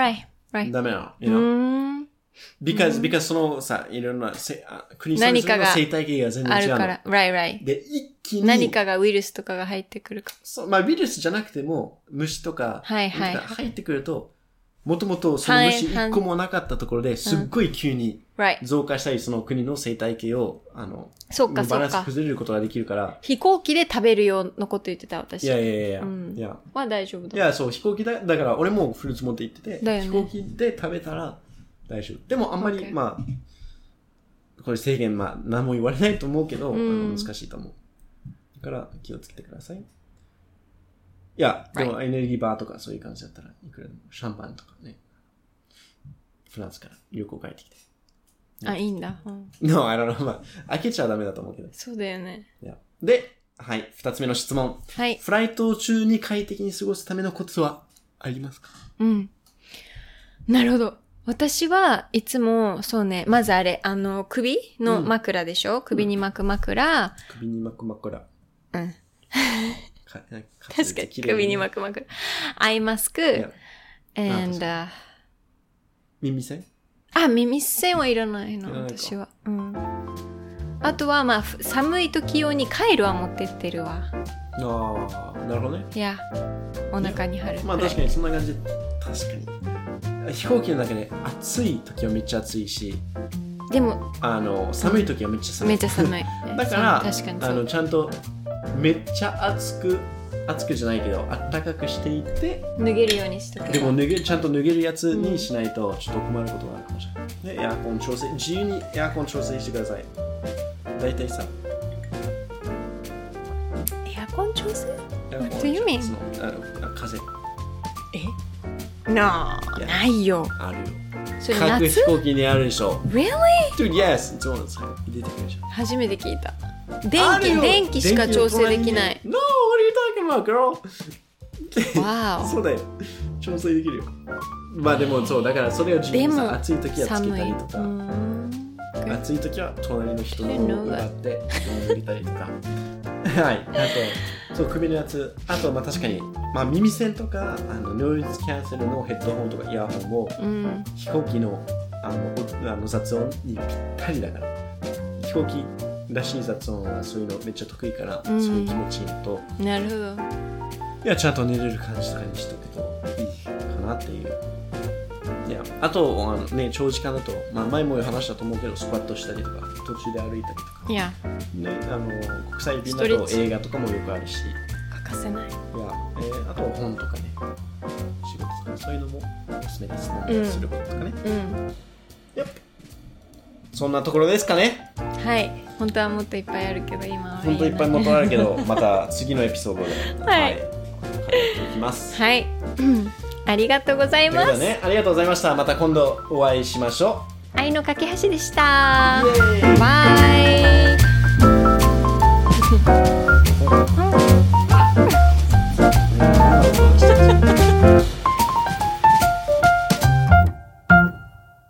right, right.
ダメなの。
う
you know？
ーん。
because, because そのさ、いろんなせあ国それぞれ
何か
の
が
生態系が全然
あ
違う
る
の。
から。right, right.
で、一気に、
何かがウイルスとかが入ってくるか
そう、まあ、ウイルスじゃなくても、虫とか、
はいはい
なんか入ってくると、もともとその虫一個もなかったところですっごい急に
Right.
増加したり、その国の生態系を、あの、
そっか
バ
そ
ラ
っ
ンス
か。
崩れることができるから、
飛行機で食べるようなこと言ってた私。
いやいやいやいや、
うん
いや、
は大丈夫
い
だ。
や、そう、飛行機だ、だから俺もフルーツ持って行ってて、
だよね
飛行機で食べたら大丈夫。でもあんまり、
OK
まあ、これ制限、まあ、何も言われないと思うけど、
うん
あの難しいと思う。だから気をつけてください。いや、でもエネルギーバーとかそういう感じだったらいくらでも、シャンパンとかね。フランスから旅行帰ってきて。
あ、いいんだ。うん、
No, I don't know. まあ、開けちゃダメだと思うけど。
そうだよね。
いやで、はい、二つ目の質問。
はい。
フライト中に快適に過ごすためのコツはありますか
うん。なるほど。私はいつも、そうね、まずあれ、あの、首の
うん
枕でしょ、首に巻く枕。
首に巻く枕。
うん。
か なんか
確かに、首に
く。
巻く枕。アイマス
い
ク
や。
and,
耳栓
あ、耳栓はいらないな、
いらないか
私は。うん。あとは、まあ、ふ寒い時用にカイロは持ってってるわ。
ああ、なるほどね。
いや、お腹に貼るくらい。
まあ確かにそんな感じ。確かに。飛行機の中で暑い時はめっちゃ暑いし、
でも、
あの、寒い時はめっちゃ寒い。
めっちゃ寒い。
だから、
そう確かにそ
あの
う。
ちゃんとめっちゃ暑く、暑くじゃないけど、暖かくしていって、
脱げるようにしとく。
でも脱げちゃんと脱げるやつにしないとちょっと困ることがあるかもしれない。で、エアコン調整、自由にエアコン調整してください。だいたいさ、
エアコン調整
エアコン
What do you mean？
そのあのあ風
えなあ、
Yeah.
ないよ。
あるよ。
それ
各
夏
飛行機にあるでしょ。
?Really?
Dude, yes! そうなんですよ。出てくるでしょ。
初めて聞いた。
あ
電
る
気、
よ
電気しか調整できない。
電気の隣に No! What are you talking about, girl?
わ
そうだよ。調整できるよ。まあでもそう、だからそれを自分
でも
さ、暑い時
お。
はつけ
寒
た
い。
り
う
と
ー
か。
ん
暑い時は隣の人のを奪って塗りたりとか はいあとそう首のやつあとまあ確かに、まあ、耳栓とかあのノイズキャンセルのヘッドホンとかイヤホンも
うん。
飛行機のあのおあの雑音にぴったりだから飛行機らしい雑音はそういうのめっちゃ得意から、
うん
そういう気持ちいいのと
なるほど。
いやちゃんと寝れる感じとかにしておくといいかなっていういやあとあの、ね、長時間だと、まあ、前も話したと思うけどスクワットしたりとか途中で歩いたりとか
いや、
ね、あの国際便
ストレ
だ
ッ
と
チ
映画とかもよくあるし、いや
欠かせない。
えーあとは本とかね、仕事とかそういうのもおすすめです。なんかすることとかね。
うん。
やっそんなところですかね。
はい。本当はもっといっぱいあるけど、今は。
本当いっぱい
は
もとあるけど、また次のエピソードで、
はい
いきます。
い。うんありがとうござい
という
ま
こと
す。
でね、ありがとうございました。また今度お会いしましょう。
愛の架け橋でした
イエーイ。
バイ